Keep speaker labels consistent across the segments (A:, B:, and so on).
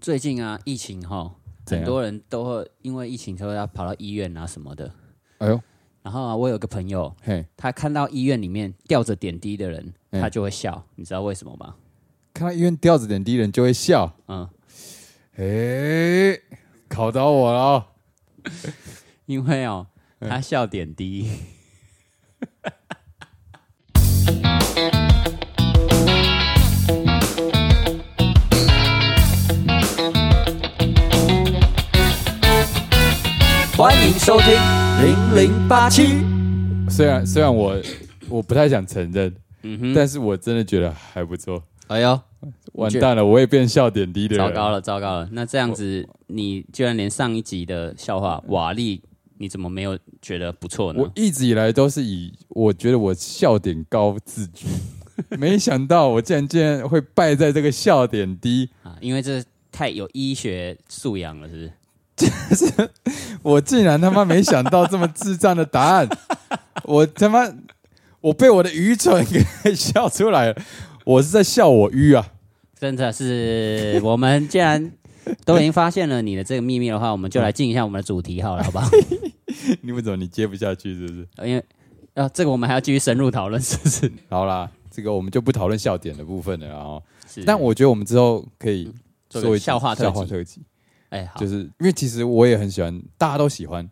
A: 最近啊，疫情哈，
B: 怎
A: 很
B: 样
A: 多人都会因为疫情都要跑到医院啊什么的。
B: 哎呦，
A: 然后啊，我有个朋友，
B: 嘿，
A: 他看到医院里面吊着点滴的人，
B: 嗯
A: 他就会笑，你知道为什么吗？
B: 看到医院吊着点滴人就会笑，
A: 嗯，
B: 哎、考到我了哦，
A: 因为哦，他笑点滴。欢迎收听零零八七。
B: 虽然虽然我我不太想承认，
A: 嗯哼，
B: 但是我真的觉得还不错。
A: 哎呦，
B: 完蛋了，我也变笑点低的人，
A: 糟糕了，糟糕了！那这样子，你居然连上一集的笑话瓦力，你怎么没有觉得不错呢
B: 我？一直以来都是以我觉得我笑点高自居，没想到我竟然竟然会败在这个笑点低。
A: 啊，因为这太有医学素养了，是不是？
B: 我竟然他妈没想到这么智障的答 案，我他妈我被我的愚蠢给笑出来了，我是在笑我愚啊！
A: 真的是，我们既然都已经发现了你的这个秘密的话，我们就来进一下我们的主题好了，好 不好？
B: 你为什么你接不下去是不是？
A: 因为啊，这个我们还要继续深入讨论，是不是？
B: 好啦，这个我们就不讨论笑点的部分了啦哦。
A: 是
B: 但我觉得我们之后可以
A: 做
B: 嗯做
A: 个
B: 一集
A: 笑话特
B: 笑话
A: 辑，
B: 特辑，
A: 哎，好
B: 就，是因为其实我也很喜欢，大家都喜欢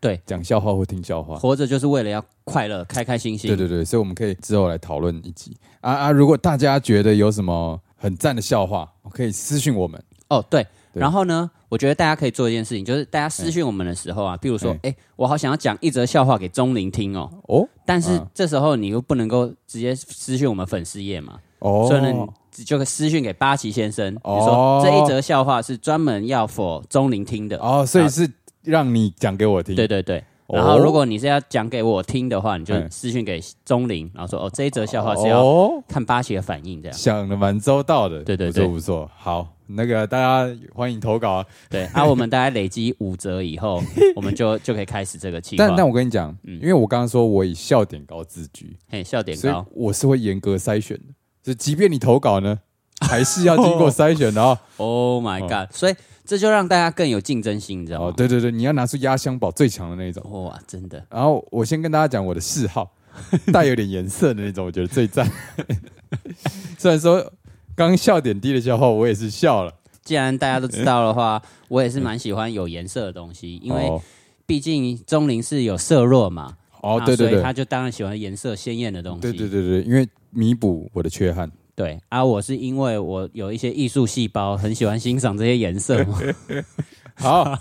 A: 对
B: 讲笑话或听笑话。
A: 活着就是为了要快乐，开开心心。
B: 对对对，所以我们可以之后来讨论一集啊啊！如果大家觉得有什么很赞的笑话，可以私信我们。
A: 哦，对。
B: 对
A: 然后呢，我觉得大家可以做一件事情，就是大家私讯我们的时候啊，譬如说
B: 哎，
A: 哎、我好想要讲一则笑话给钟林听哦，
B: 哦
A: 但是
B: 嗯
A: 这时候你又不能够直接私讯我们粉丝页嘛，
B: 哦，
A: 所以呢，你就私讯给八旗先生，
B: 哦
A: 你说这一则笑话是专门要否钟林听的。
B: 哦，所以是让你讲给我听。
A: 对，对对。
B: 哦
A: 然后如果你是要讲给我听的话，你就
B: 哎
A: 私讯给钟林，然后说哦，这一则笑话是要
B: 哦，
A: 看八旗的反应这 样。
B: 想的蛮周到的。
A: 对对
B: 不错
A: 对
B: 不错。好，那个大家欢迎投稿啊。
A: 对，啊，我们大概累积五则以后，我们就就可以开始这个计划。
B: 但但我跟你讲，因为我刚刚说我以笑点高自居，
A: 嘿，笑嗯点
B: 所以
A: 高，
B: 我是会严格筛选的。就即便你投 稿呢，还是要经过筛选的哦。
A: Oh my god！、所以这就让大家更有竞争性，你知道
B: 哦
A: 吗，？
B: 对对对，你要拿出压箱宝最强的那一种。
A: 哇，真的，
B: 然后我先跟大家讲我的嗜好， 带有点颜色的那种，我觉得最赞。 虽然说刚刚笑点低的笑话，我也是笑了，
A: 既然大家都知道的话， 我也是蛮喜欢有颜色的东西，因为
B: 嗯哦
A: 毕竟钟灵是有色弱嘛。
B: 哦
A: 那
B: 对对
A: 所以
B: 对
A: 他就当然喜欢颜色鲜艳的东西。
B: 对对对对，因为弥补我的缺憾。
A: 对啊，我是因为我有一些艺术细胞，很喜欢欣赏这些颜色 嘛。
B: 好，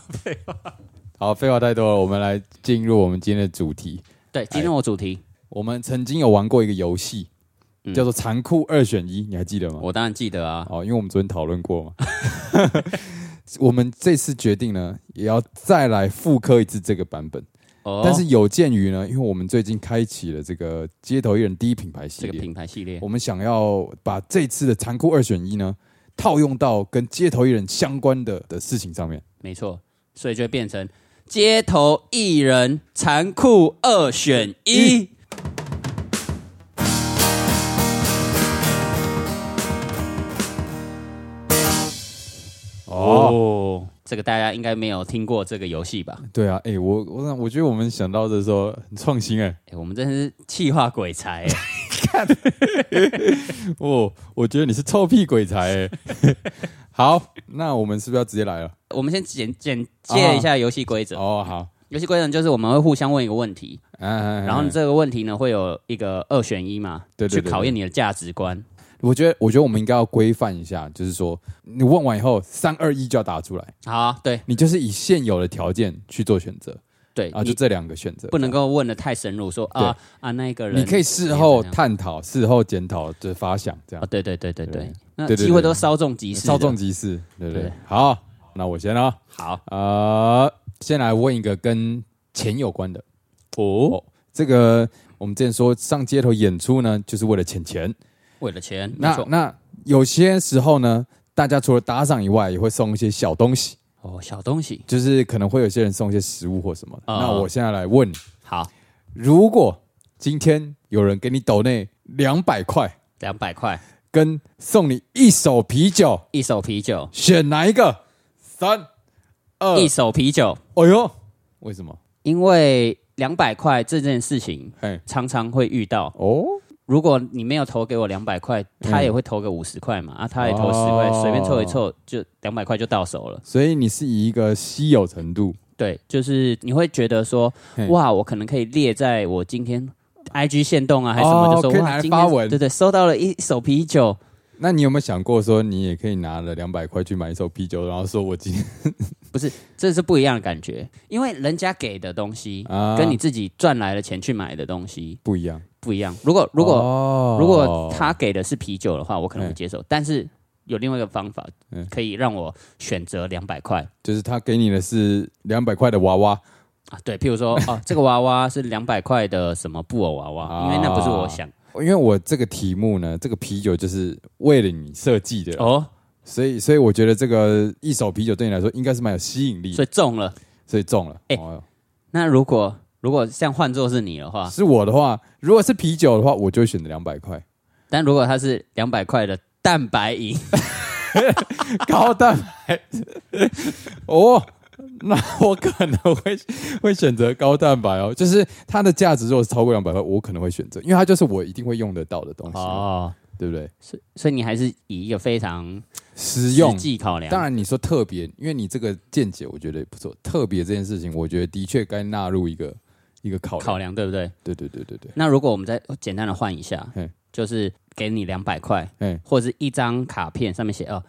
B: 好，废话太多了，我们来进入我们今天的主题。
A: 对，今天我主题，
B: 我们曾经有玩过一个游戏，
A: 嗯
B: 叫做“残酷二选一”，你还记得吗？
A: 我当然记得啊。
B: 哦，因为我们昨天讨论过嘛。 我们这次决定呢，也要再来复刻一次这个版本。
A: 哦，
B: 但是有鉴于呢，因为我们最近开启了这个街头艺人第一品牌系
A: 这个
B: 列，
A: 品牌系列
B: 我们想要把这次的残酷二选一呢，套用到跟街头艺人相关的的事情上面。
A: 没错，所以就会变成街头艺人残酷二选一。
B: 嗯哦，
A: 哦，这个大家应该没有听过这个游戏吧？
B: 对啊，哎、我我我觉得我们想到的时候很创新哎、
A: 哎、我们真是气化鬼才、 欸，
B: 哦，我觉得你是臭屁鬼才哎、 好，那我们是不是要直接来了？
A: 我们先简简介一下游戏规则。
B: 哦，好，
A: 游戏规则就是我们会互相问一个问题，
B: 嗯，
A: 然后这个问题呢会有一个二选一嘛，
B: 对对对
A: 去考验你的价值观。
B: 我觉得，我觉得我们应该要规范一下，就是说，你问完以后，三二一就要打出来，
A: 好啊、对
B: 你就是以现有的条件去做选择，
A: 对，
B: 啊，就
A: 你
B: 这两个选择，
A: 不能够问的太深入，说啊啊那一个人，
B: 你可以事后
A: 怎样
B: 探讨、事后检讨、就是发想这
A: 啊，
B: 样，
A: 对对对对对
B: 对，
A: 那
B: 对对
A: 机会
B: 对
A: 都稍纵即逝的，
B: 稍纵即逝，对不对
A: 对？
B: 好，那我先啊，
A: 好
B: 呃，先来问一个跟钱有关的，
A: 哦，
B: 这个我们之前说上街头演出呢，就是为了钱钱，
A: 为了钱，没
B: 那
A: 错
B: 那有些时候呢，大家除了打赏以外，也会送一些小东西。
A: 哦，小东西
B: 就是可能会有些人送一些食物或什么的。
A: 啊
B: 那我现在来问你，
A: 好
B: 如果今天有人给你抖内两百块，
A: 两百块，
B: 跟送你一手啤酒，
A: 一手啤酒，
B: 选哪一个？三二，
A: 一手啤酒，
B: 哎呦，为什么？
A: 因为两百块这件事情
B: 嘿，
A: 常常会遇到。
B: 哦，
A: 如果你没有投给我两百块，他也会投个五十块嘛，啊，他也投十块，
B: 嗯哦
A: 随便凑一凑就两百块就到手了。
B: 所以你是以一个稀有程度，
A: 对，就是你会觉得说
B: 嘿，
A: 哇，我可能可以列在我今天 IG 限动啊，还是什么
B: 哦
A: 的时候，
B: 可以拿
A: 哇，
B: 来
A: 今
B: 发
A: 天
B: 文
A: 对对，收到了一手啤酒，
B: 那你有没有想过说，你也可以拿了两百块去买一手啤酒，然后说我今天
A: 不是，这是不一样的感觉，因为人家给的东西
B: 啊
A: 跟你自己赚来的钱去买的东西
B: 不一样？
A: 不一样。如果如果
B: 哦
A: 如果他给的是啤酒的话，我可能会
B: 嗯
A: 接受，但是有另外一个方法
B: 嗯
A: 可以让我选择两百块。
B: 就是他给你的是两百块的娃娃，
A: 啊，对，譬如说，哦，这个娃娃是两百块的什么布偶娃
B: 啊
A: 娃，因为那不是我想
B: 因为我这个题目呢，这个啤酒就是为了你设计的，
A: 哦，
B: 所以所以我觉得这个一手啤酒对你来说应该是蛮有吸引力的，
A: 所以中了。
B: 所以中了。
A: 哎
B: 哦
A: 那如果如果像换作是你的话，
B: 是我的话，如果是啤酒的话，我就会选择两百块
A: 但如果它是两百块的蛋白饮，
B: 高蛋白。哦，那我可能会会选择高蛋白哦，就是它的价值如果是超过两百块，我可能会选择，因为它就是我一定会用得到的东西，
A: 哦，
B: 对不对？
A: 所以你还是以一个非常
B: 实
A: 实
B: 用。
A: 际考量。
B: 当然，你说特别，因为你这个见解我觉得也不错。特别这件事情，我觉得的确该纳入一个一个考量。
A: 考量对不对？
B: 对对对对对，
A: 那如果我们再简单的换一下
B: 嘿，
A: 就是给你两百块，
B: 哎，
A: 或者是一张卡片上面写哦，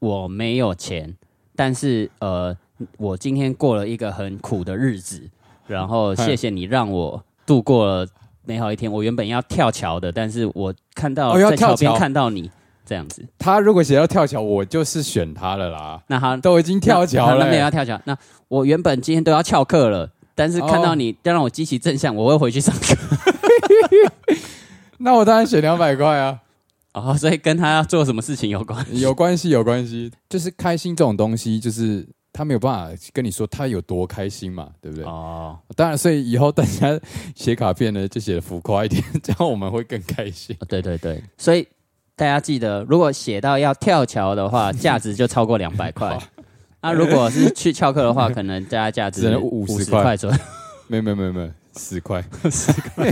A: 我没有钱，但是呃，我今天过了一个很苦的日子，然后
B: 嗨
A: 谢谢你让我度过了美好一天。我原本要跳桥的，但是我看到
B: 哦要
A: 在
B: 跳
A: 桥边
B: 桥
A: 看到你这样子，
B: 他如果写要跳桥，我就是选他了啦。
A: 那他
B: 都已经跳桥
A: 那
B: 了、
A: 那没有要啊跳桥。那我原本今天都要翘课了。但是看
B: 哦
A: 到你，要让我激起正向，我会回去上 课。
B: 那我当然选两百块啊，
A: 哦，所以跟他要做什么事情有关。
B: 有关系，有关系。就是开心这种东西，就是他没有办法跟你说他有多开心嘛，对不对？
A: 哦，
B: 当然，所以以后大家写卡片呢，就写的浮夸一点，这样我们会更开心。
A: 对对对，所以大家记得，如果写到要跳桥的话，价值就超过两百块。
B: 哦
A: 那、如果是去翘课的话，可能大家价值
B: 只能50
A: 50块左右。
B: 没有没有没有没有，十块，
A: 好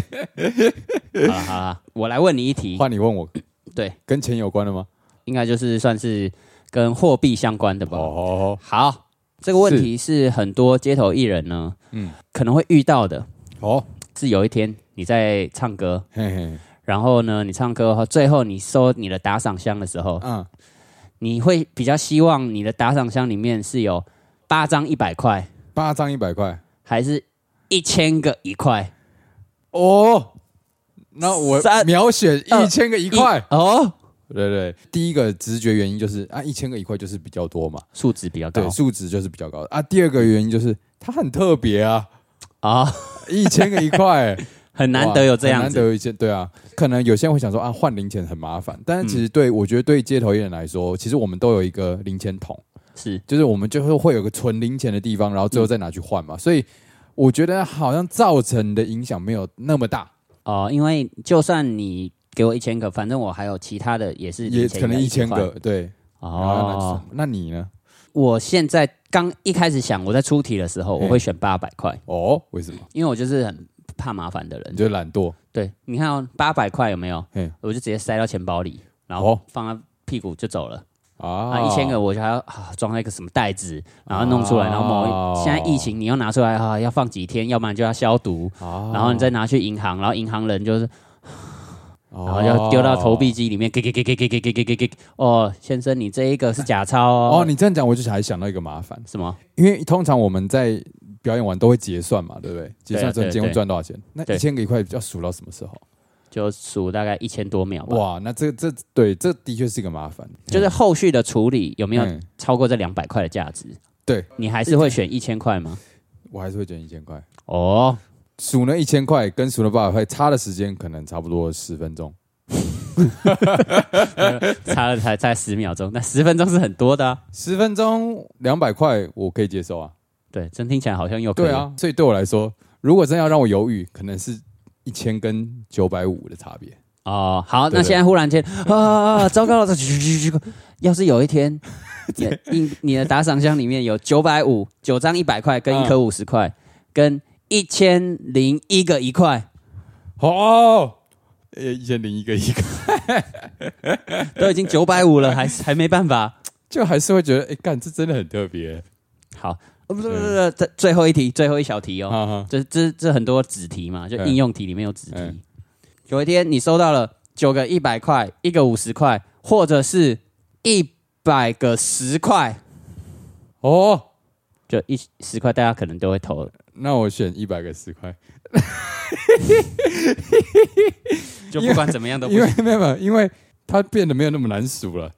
A: 了好了，我来问你一题，
B: 换你问我，
A: 对，
B: 跟钱有关的吗？
A: 应该就是算是跟货币相关的吧。
B: 哦，
A: 好，这个问题是很多街头艺人呢，
B: 嗯
A: 嗯，可能会遇到的。
B: 哦，
A: 是有一天你在唱歌，
B: 嘿嘿，
A: 然后呢，你唱歌后，最后你收你的打赏箱的时候，
B: 嗯，
A: 你会比较希望你的打赏箱里面是有八张一百块，
B: 八张一百块，
A: 还是一千个一块？
B: 哦，那我
A: 三
B: 秒选一千个一块，
A: 哦，
B: 对对，对第一个直觉原因就是啊，一千个一块就是比较多嘛，
A: 数值比较高
B: 对，数值就是比较高的啊。第二个原因就是它很特 别啊，
A: 啊、
B: 一千个一块，
A: 很 难得有这
B: 哇
A: 样
B: 很难得
A: 子。
B: 有一千，对啊，可能有些人会想说啊，换零钱很麻烦，但是其实对、我觉得对街头艺人来说，其实我们都有一个零钱桶，
A: 是
B: 就是我们就会会有个存零钱的地方，然后最后再拿去换
A: 嗯
B: 嘛，所以我觉得好像造成的影响没有那么大，
A: 哦，因为就算你给我一千个，反正我还有其他的也是
B: 也
A: 0.1
B: 可能一千
A: 块
B: 个，对，然后拿去
A: 哦。
B: 送那你呢？
A: 我现在刚一开始想，我在出题的时候，
B: 嘿
A: 我会选八百块，
B: 哦，为什么？
A: 因为我就是很怕麻烦的人
B: 你。就懒惰，
A: 对，你看哦，八百块有没有
B: 嘿？
A: 我就直接塞到钱包里，然
B: 哦
A: 后放在屁股就走了。啊，
B: 啊，
A: 一千个我就还要啊装在一个什么袋子，然后弄出来，然后某一现在疫情你要拿出来啊，要放几天，要不然就要消毒，
B: 啊
A: 然后你再拿去银行，然后银行人就是，
B: 然
A: 然后就丢到投币机里面，给给给给给给给给给给，哦，先生你这一个是假钞
B: 哦，
A: 哦，
B: 你这样讲，我就还想到一个麻烦，
A: 什么？
B: 因为通常我们在表演完都会结算嘛，对不对？结算之后
A: 对啊
B: 今天会赚多少钱？那
A: 对
B: 一千个一块要数到什么时候？
A: 就数大概一千多秒吧，
B: 哇，那这这对这的确是一个麻烦，
A: 就是后续的处理有没有
B: 嗯
A: 超过这两百块的价值？
B: 对
A: 你还是会选一千块吗？
B: 我还是会捐一千块。
A: 哦，
B: 数那一千块跟数那八百块差的时间可能差不多十分钟，
A: 差了才才十秒钟，那十分钟是很多的啊。
B: 十分钟两百块我可以接受啊。
A: 对，真听起来好像又可以
B: 对啊，所以对我来说，如果真要让我犹豫，可能是一千跟九百五的差别。
A: 哦，好，
B: 对
A: 那现在忽然间啊，糟糕了，要是有一天， 你的你你的打赏箱里面有九百五九张一百块，跟一颗
B: 嗯
A: 五十块，跟一千零一个一块，
B: 哦，呃，一千零一个一个，
A: 都已经九百五了，还是还没办法。
B: 就还是会觉得，哎、干，这真的很特别。
A: 好，
B: 嗯
A: 呃不不不不，这最后一题，最后一小题哦，
B: 哈哈，
A: 这这这很多子题嘛，就
B: 嗯
A: 应用题里面有子
B: 嗯
A: 题。有一天你收到了九个一百块，一个五十块，或者是一百个十块，
B: 哦，
A: 就一十块，大家可能都会投。
B: 那我选一百个十块，
A: 就不管怎么样都不
B: 因为
A: 行。
B: 没有没有，因为它变得没有那么难数了。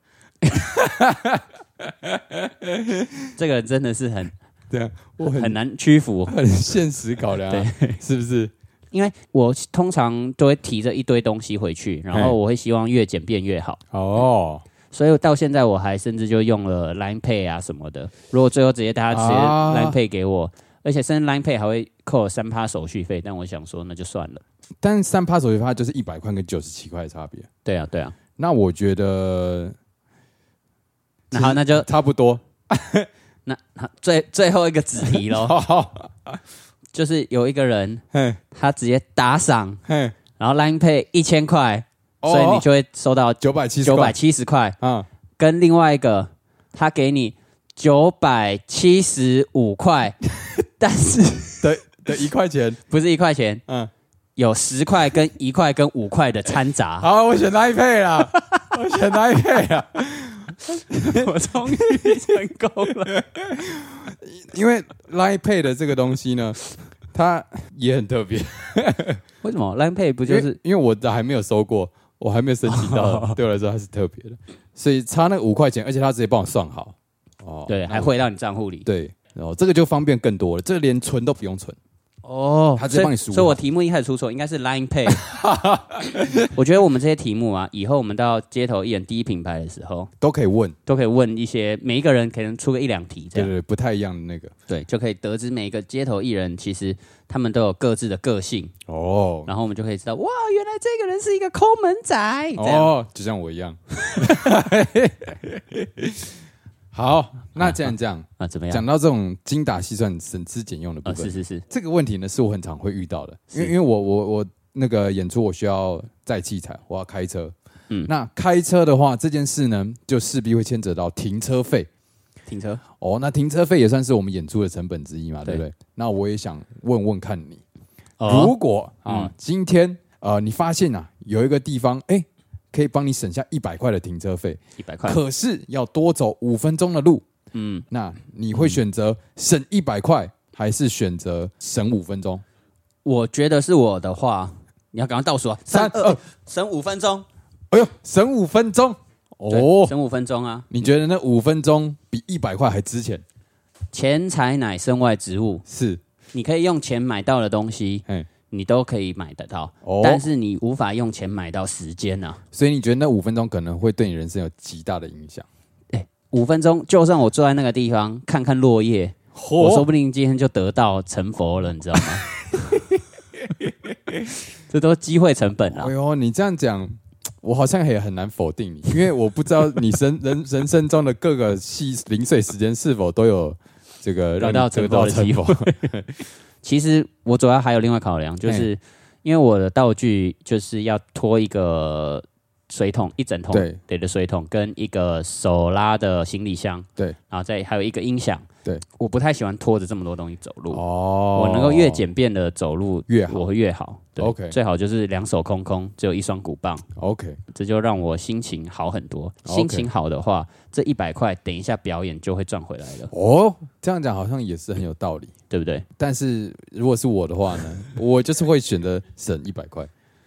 A: 这个人真的是很
B: 对啊，我 很
A: 很难屈服，
B: 很现实考量、啊，是不是？
A: 因为我通常都会提着一堆东西回去，然后我会希望越简便越好，
B: 哦，
A: 所以到现在我还甚至就用了 Line Pay 啊什么的。如果最后直接大家直接
B: 啊
A: Line Pay 给我，而且甚至 Line Pay 还会扣三趴手续费，但我想说那就算了。
B: 但是三趴手续费它就是一百块跟九十七块的差别。
A: 对啊，对啊，
B: 那我觉得呃
A: 那好，那就
B: 差不多。
A: 最最后一个子题喽，
B: 好，
A: 就是有一个人
B: 嘿，
A: 他直接打赏，
B: 嘿，
A: 然后 Line Pay 一千块，所以你就会收到
B: 九百哦七十，
A: 九百七十块。
B: 啊，
A: 跟另外一个他给你九百七十五 块，但是
B: 对对，一块钱，
A: 不是一块钱，
B: 嗯，
A: 有十块跟一块跟五块的掺 杂。
B: 好，我选那一配啦，我选那一配啦，
A: 我终于成功了。
B: 因为 Line Pay 的这个东西呢，它也很特别，
A: 为什么 Line Pay 不就是
B: 因为因为我的还没有收过，我还没有申 请到，对我来说它是特别的，所以差那五块钱，而且他直接帮我算好，哦，
A: 对，还汇到你账户里
B: 对，然后这个就方便更多了，这个连存都不用存，
A: 哦
B: 他直接
A: 所以
B: 帮你输入
A: 所以我题目一开始出错，应该是 Line Pay。我 觉得我们这些题目啊，以后我们到街头艺人第一品牌的时候，
B: 都可以问，
A: 都可以问一些每一个人可能出个一两题这
B: 对
A: 样
B: 对，。对不太一样的那个，
A: 对，就可以得知每一个街头艺人其实他们都有各自的个性，
B: 哦
A: 然后我们就可以知道，哇，原来这个人是一个抠门仔。这样，
B: 哦，就像我一 样，好，那这样这样。
A: 啊，怎么样？
B: 讲到这种精打细算、省吃俭用的部
A: 啊，
B: 分，
A: 是是是，
B: 这个问题呢，是我很常会遇到的，因为
A: 是
B: 因为我我我那个演出我需要载器材，我要开车，嗯
A: 嗯，
B: 那开车的话，这件事呢，就势必会牵扯到停车费。
A: 停车。
B: 哦，那停车费也算是我们演出的成本之一嘛，
A: 对
B: 对不对？那我也想问问看你，
A: 哦
B: 如果啊，
A: 嗯
B: 今天呃，你发现啊，有一个地方，哎、可以帮你省下一百块的停车费，
A: 一百块，
B: 可是要多走五分钟的路，
A: 嗯，
B: 那你会选择省一百块，还是选择省五分钟？
A: 我觉得是我的话，你要赶快倒数啊，
B: 三
A: 三
B: 二
A: 二，省五分钟，
B: 哎呦，省五分钟
A: 对，
B: 哦！
A: 省五分钟啊，
B: 你觉得那五分钟比一百块还值钱？
A: 钱财乃身外之物，
B: 是，
A: 你可以用钱买到的东西
B: 哎，
A: 你都可以买得到，
B: 哦
A: 但是你无法用钱买到时间呐、啊。
B: 所以你觉得那五分钟可能会对你人生有极大的影响？
A: 五分钟，就算我坐在那个地方看看落叶，我说
B: 哦，
A: 不定今天就得到成佛了，你知道 吗？这都是机会成本啊
B: 哎！呦，你这样讲，我好像也很难否定你，因为我不知道你生 人人生中的各个细零碎时间是否都有这个让你
A: 得到
B: 得
A: 成
B: 到
A: 佛的机
B: 成 佛
A: 其实我主要还有另外考量，就是因为我的道具就是要拖一个水桶，一整桶
B: 对
A: 对的水桶，跟一个手拉的行李箱，
B: 对，
A: 然后再还有一个音响，
B: 对，
A: 我不太喜欢拖着这么多东西走路。
B: 哦
A: 我能够越简便的走路
B: 越好
A: 我会越好。对
B: OK
A: 最好就是两手空空，只有一双鼓棒，
B: OK
A: 这就让我心情好很多。
B: OK
A: 心情好的话，这一百块等一下表演就会赚回来了，
B: 哦，这样讲好像也是很有道理。
A: 对不对？
B: 但是如果是我的话呢，我就是会选择省一百块。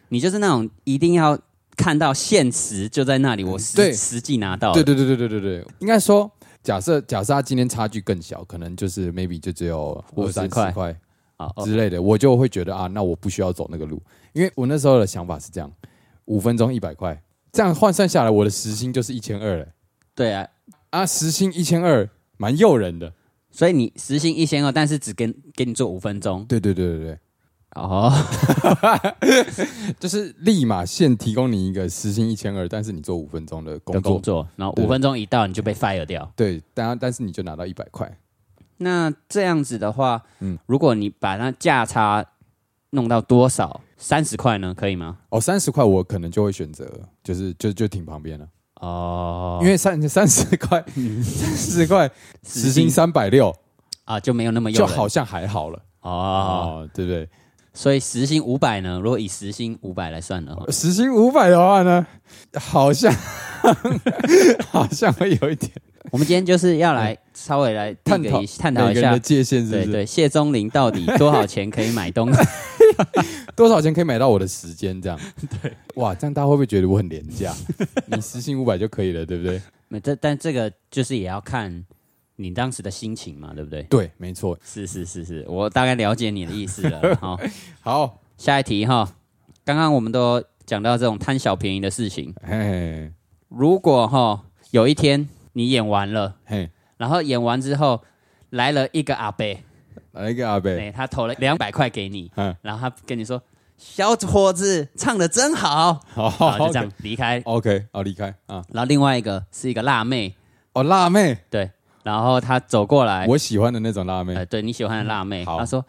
A: 你就是那种一定要看到现实就在那里，我
B: 嗯对
A: 实实际拿到了
B: 对对对对对对对，应该说，假设假设他今天差距更小，可能就是 maybe 就只有五
A: 50
B: 三十
A: 块
B: 块
A: 啊、哦
B: 之类的，我就会觉得啊，那我不需要走那个路，因为我那时候的想法是这样，五分钟一百块，这样换算下来，我的时薪就是一千二了
A: 对啊，
B: 啊，时薪一千二，蛮诱人的。
A: 所以你实行一千二，但是只给给你做五分钟，
B: 对对对对对，
A: 哦，
B: 就是立马现提供你一个时薪一千二，但是你做五分钟的工
A: 的
B: 作
A: 工，作，然后
B: 对
A: 五分钟一到你就被 fire 掉。
B: 对，但但是你就拿到一百块，
A: 那这样子的话，
B: 嗯
A: 嗯，如果你把那价差弄到多少，三十块呢，可以吗？
B: 哦，三十块我可能就会选择，就是就就停旁边了，
A: 哦，
B: 因为三三十块，
A: 嗯
B: 三十块时薪三百六，
A: 啊就没有那么诱
B: 就
A: 人
B: 好像还好了
A: 哦。
B: 哦，对不对？
A: 所以时薪五百呢，如果以时薪五百来算的 话，
B: 时薪五百的话呢，好像 好像会有一点
A: 我们今天就是要来稍微来
B: 哎探
A: 那
B: 讨
A: 个一探讨
B: 每
A: 一
B: 个人
A: 下
B: 的，界限，是
A: 对
B: 不是？
A: 对，谢钟林到底多少钱可以买东 西？
B: 多少钱可以买到我的时间？这样对，哇，这样大家会不会觉得我很廉价？ 你时薪五百就可以了，对不对？
A: 那这但这个就是也要看你当时的心情嘛，对不对？
B: 对，没错。
A: 是是是是，我大概了解你的意思了。 好，
B: 好，
A: 下一题哈，刚刚我们都讲到这种贪小便宜的事情。
B: 嘿
A: 如果哈有一天你演完了，
B: 嘿，
A: 然后演完之后来了一个阿伯，
B: 来一个阿
A: 哎、
B: 贝，
A: 他投了两百块给你，
B: 嗯，
A: 然后他跟你说：“小伙子唱的真好。”
B: 好，
A: 然后就这样离开。
B: OK，好，离开啊。
A: 然后另外一个是一个辣妹，
B: 哦，辣妹，
A: 对，然后他走过来，
B: 我喜欢的那种辣妹
A: 呃，。对你喜欢的哎辣妹，
B: 好
A: 她说：“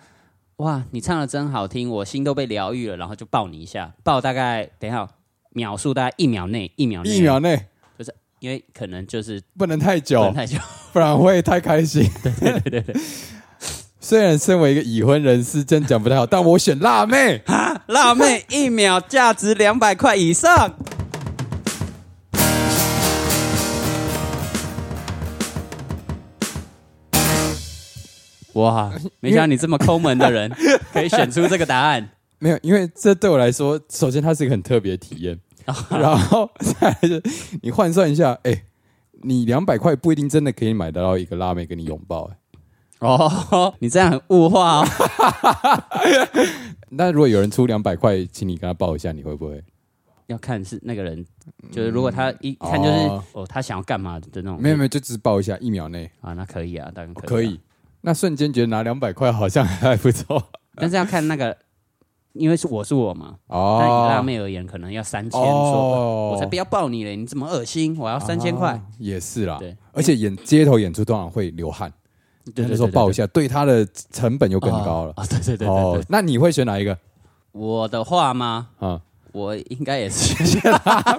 A: 哇，你唱的真好听，我心都被疗愈了。”然后就抱你一下，抱大概等一下秒数大概一秒内，一秒内，
B: 一秒，内
A: 因为可能就是
B: 不能太
A: 不
B: 久
A: 能，太久，
B: 不然会太开心。 对对对对对。虽然身为一个已婚人士，真讲不太好，但我选辣 妹。
A: 辣妹一秒价值两百块以上。哇，没想到你这么抠门的 人，可以选出这个答案。
B: 没有，因为这对我来说，首先它是一个很特别的体 验，然后再来就是你换算一下，哎、你两百块不一定真的可以买得到一个辣妹跟你拥抱、哎
A: 哦，你这样很物化哦。
B: 那如果有人出两百块，请你跟他抱一下，你会不会？
A: 要看是那个人，就是如果他一看就是
B: 哦
A: 哦他想要干嘛的那种。
B: 没有没有，就只抱一下，一秒内
A: 啊，那可以啊，当然可以啊
B: 可以。那瞬间觉得拿两百块好像还不 错
A: 但是要看那个，因为是我是我嘛，
B: 哦。
A: 但以辣妹而言，可能要三千，说我才不要抱你嘞，你怎么恶心？我要三千块
B: 啊。也是啦。
A: 对
B: 而且演街头演出通常会流汗，
A: 对
B: 那时候抱一下，对他的成本又更高了。
A: 啊！对对对对
B: 哦
A: 对，，
B: 那你会选哪一个
A: 我的话吗？
B: 啊？
A: 我应该也是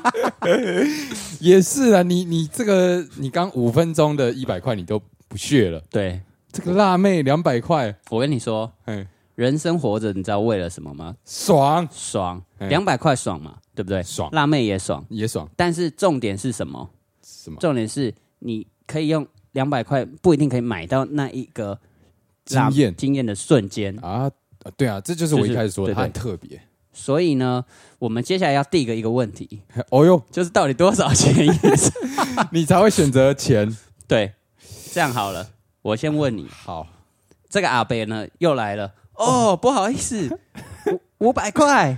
B: 也是啊，你你这个你刚五分钟的一百块你都不屑了，
A: 对。
B: 这个辣妹两百块，
A: 我跟你说，
B: 嗯，
A: 人生活着，你知道为了什么吗？
B: 爽
A: 爽，
B: 嗯
A: 两百块爽嘛，对不对？
B: 爽
A: 辣妹也哎爽，
B: 也爽，
A: 但是重点是什么？
B: 什么
A: 重点是你可以用两百块，不一定可以买到那一个
B: 经验
A: 经验的瞬间。
B: 啊？啊对啊，这就是我
A: 就是
B: 一开始说的，
A: 对对
B: 它很特别。
A: 所以呢，我们接下来要第一个一个问题，
B: 哦哟，
A: 就是到底多少钱以 上？
B: 你才会选择钱。
A: 对，这样好了，我先问你，
B: 好，
A: 这个阿伯呢又来了，哦，不好意 思，五五百块，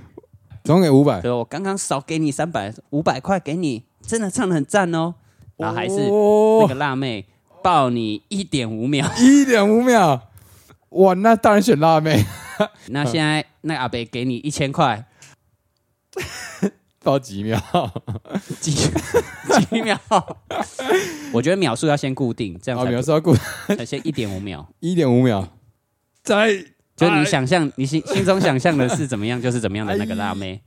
B: 总给五百，
A: 对，我刚刚少给你三百，五百块给你，真的唱的很赞哦。然后还是那个辣妹抱你一点五 秒。
B: 哦一点五秒。哇，那当然选辣妹，
A: 那现在那个阿伯给你一千块，
B: 包几秒？
A: 几几秒？我觉得秒数要先固定，这样
B: 啊，
A: 才
B: 秒
A: 不
B: 是要过
A: 才先一点五秒。
B: 一点五秒，再
A: 就是你想象，你心心中想象的是怎么样，就是怎么样的那个辣妹。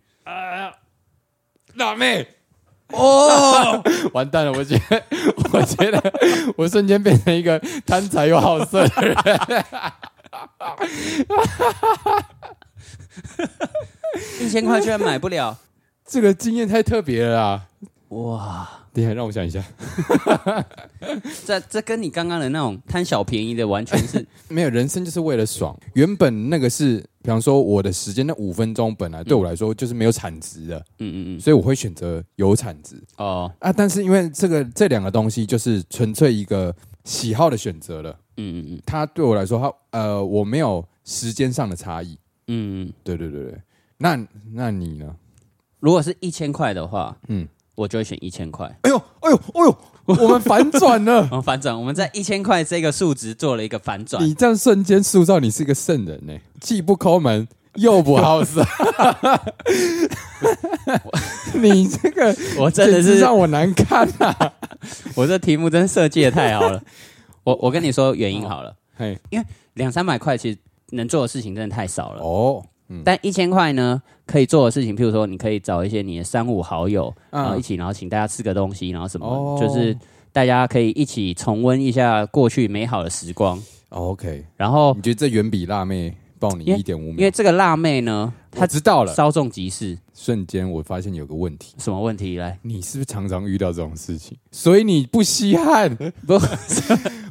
B: 辣妹。哦，完蛋了！我觉 得，我觉得我瞬间变成一个贪财又好色的人。
A: 一千块居然买不了，
B: 这个经验太特别了啊啦！
A: 哇！
B: 等一下，让我想一下。
A: 这这跟你刚刚的那种贪小便宜的完全是
B: 没有，人生就是为了爽。原本那个是，比方说我的时间那五分钟，本来对我来说就是没有产值的，
A: 嗯嗯嗯
B: 所以我会选择有产值
A: 哦
B: 啊。但是因为这个这两个东西就是纯粹一个喜好的选择了，
A: 嗯嗯嗯
B: 它对我来说，它呃，我没有时间上的差异。
A: 嗯嗯。
B: 对对对对，那那你呢？
A: 如果是一千块的话，
B: 嗯
A: 嗯，我就会选一千块。
B: 哎呦，哎呦，哎 呦，我们反转了！
A: 然后哦反转，我们在一千块这个数值做了一个反转。
B: 你这样瞬间塑造你是一个圣人呢、既不抠门，又不好色。 你这个
A: 我真的
B: 简直
A: 是，
B: 让我难看啊！
A: 我这题目真设计的太好 了。我我跟你说原因好了，
B: 嘿，
A: 两三百块其实能做的事情真的太少了。
B: 哦，
A: 但一千块呢，可以做的事情，譬如说，你可以找一些你的三五好友，然啊后一
B: 嗯，
A: 起，然后请大家吃个东西，然后什么，
B: 哦
A: 就是大家可以一起重温一下过去美好的时光。
B: 哦，OK，
A: 然后，
B: 你觉得这远比辣妹抱你
A: 因为
B: 一点五
A: 因
B: 秒
A: 为？这个辣妹呢，
B: 他
A: 她
B: 知道了，
A: 稍纵即逝，
B: 瞬间我发现有个问题，
A: 什么问题来？
B: 你是不是常常遇到这种事情？所以你不稀罕
A: 不，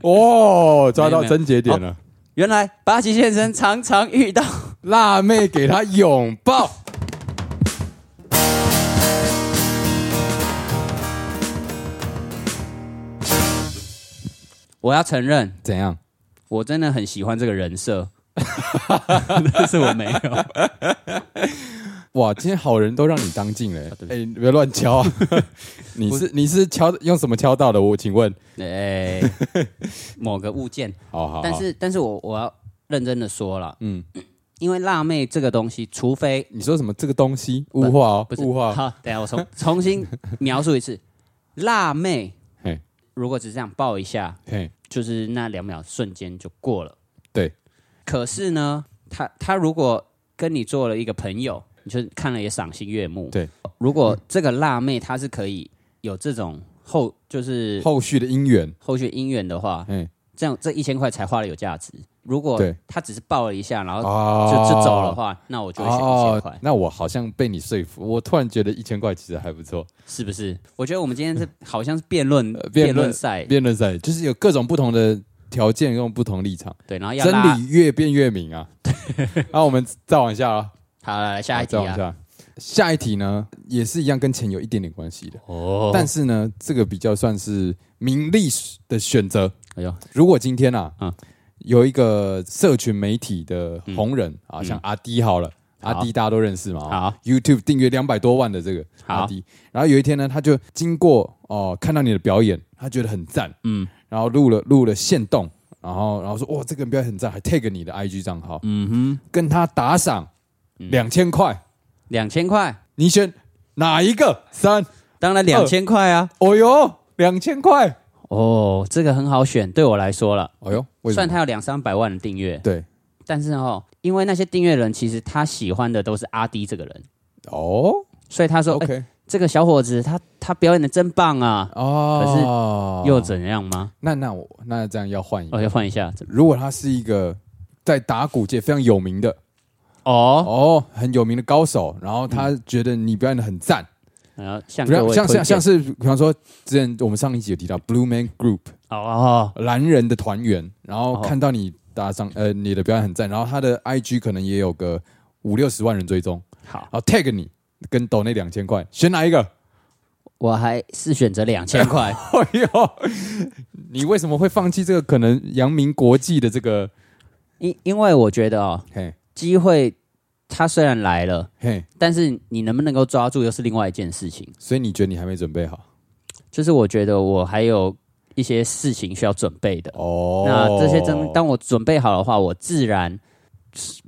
B: 哦，抓到
A: 没有没有
B: 症结点了。
A: 原来八旗先生常常遇到，
B: 辣妹给他拥抱。
A: 我要承认，
B: 怎样？
A: 我真的很喜欢这个人 设，但是我没有。
B: 哇，今天好人都让你当尽了、欸，
A: 对不
B: 哎、你不要乱敲啊！ 你是你是敲用什么敲到的？我请问，
A: 哎、某个物件，
B: 好好好
A: 但是，但是我我要认真的说了，
B: 嗯，
A: 因为辣妹这个东西，除非
B: 你说什么这个东西物化哦
A: 不，是
B: 物化哦，
A: 好，等一下我重 重新描述一次，辣妹
B: 嘿，
A: 如果只是这样抱一下，
B: 嘿，
A: 就是那两秒瞬间就过了。
B: 对，
A: 可是呢，他他如果跟你做了一个朋友，你就看了也赏心悦目。
B: 对，
A: 如果这个辣妹她是可以有这种后就是
B: 后续的姻缘，
A: 后续姻缘的话，
B: 嘿
A: 这样这一千块才花的有价值。如果
B: 对
A: 她只是抱了一下，然后就、
B: 哦
A: 就走的话，那我就会选一千块。
B: 那我好像被你说服，我突然觉得一千块其实还不错。
A: 是不是？嗯我觉得我们今天是好像是辩论
B: 呃辩
A: 辩
B: 论
A: 论赛，
B: 辩论赛就是有各种不同的条件，用不同立场，
A: 对，然后要
B: 真
A: 拉
B: 理越辩越 明啊。那我们再往下啊，
A: 好来来下一题
B: 再往
A: 啊。
B: 下，下一题呢也是一样，跟钱有一点点关系的。
A: 哦
B: 但是呢，这个比较算是名利的选择。
A: 哎呦，
B: 如果今天啊，
A: 嗯
B: 有一个社群媒体的红人、啊，像阿迪好了，
A: 嗯好
B: 阿迪大家都认识嘛，
A: 好
B: y o u t u b e 订阅两百多万的这个
A: 好
B: 阿迪，然后有一天呢，他就经过哦、看到你的表演，他觉得很赞，
A: 嗯
B: 然后录了录了现动，然后然后说哇，这个表演很赞，还 tag 你的 IG 账号，
A: 嗯哼，
B: 跟他打赏
A: 嗯
B: 两千块，
A: 两千块，
B: 你选哪一个？三，
A: 当然两千块啊。
B: 哦哟，两千块，
A: 哦，这个很好选，对我来说了，
B: 哦哟，为什
A: 算
B: 么？
A: 他有两三百万的订阅，
B: 对。
A: 但是哦，因为那些订阅人其实他喜欢的都是阿迪这个人，
B: 哦
A: 所以他说，哎、
B: ，OK，
A: 这个小伙子他他表演的真棒啊，
B: 哦，
A: 又怎样吗？
B: 那那我那这样要换一
A: 我
B: 个，
A: 要换一下，
B: 如果他是一个在打鼓界非常有名的
A: 哦，
B: 哦，很有名的高手，然后他觉得你表演的很赞，
A: 然后向
B: 比
A: 各
B: 如
A: 位
B: 像
A: 推
B: 像
A: 荐
B: 像是比方说之前我们上一集有提到 Blue Man Group
A: 哦哦，
B: 蓝人的团员，然后
A: 哦
B: 看到你打上呃你的表演很赞，然后他的 IG 可能也有个五六十万人追踪，
A: 好
B: 然，后 tag 你跟抖那两千块，选哪一个？
A: 我还是选择两千块。
B: 哎呦，你为什么会放弃这个可能扬名国际的这个？
A: 因因为我觉得哦，
B: 嘿，
A: 机会它虽然来了，
B: 嘿，
A: 但是你能不能够抓住又是另外一件事情。
B: 所以你觉得你还没准备好
A: 就是我觉得我还有一些事情需要准备的。
B: 哦
A: 那这些真当我准备好的话，我自然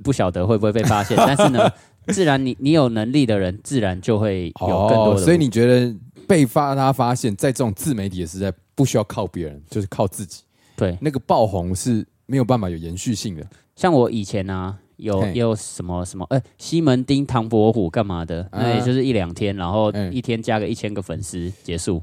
A: 不晓得会不会被发 现，但是呢，自然你你有能力的人，自然就会有更多的。
B: 哦所以你觉得被发他发现，在这种自媒体的时代，不需要靠别人，就是靠自己。
A: 对，
B: 那个爆红是没有办法有延续性的。
A: 像我以前啊。有
B: 嘿
A: 有什么什么？呃，西门町、唐伯虎干嘛的？那也就是一两天，然后
B: 啊嗯
A: 一天加个一千个粉丝结束。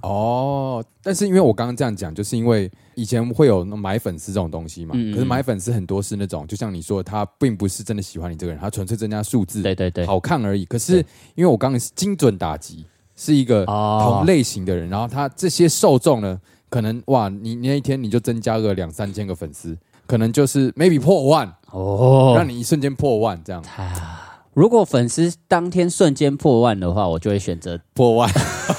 B: 哦，但是因为我刚刚这样讲，就是因为以前会有那买粉丝这种东西嘛，
A: 嗯嗯
B: 可是买粉丝很多是那种，就像你说，他并不是真的喜欢你这个人，他纯粹增加数字，
A: 对对对，
B: 好看而已。可是因为我刚刚是精准打击，是一个
A: 哦
B: 同类型的人，然后他这些受众呢，可能哇，你你那一天你就增加个两三千个粉丝，可能就是 maybe 破万，
A: 哦
B: 让你一瞬间破万这样，
A: 如果粉丝当天瞬间破万的话，我就会选择
B: 破万。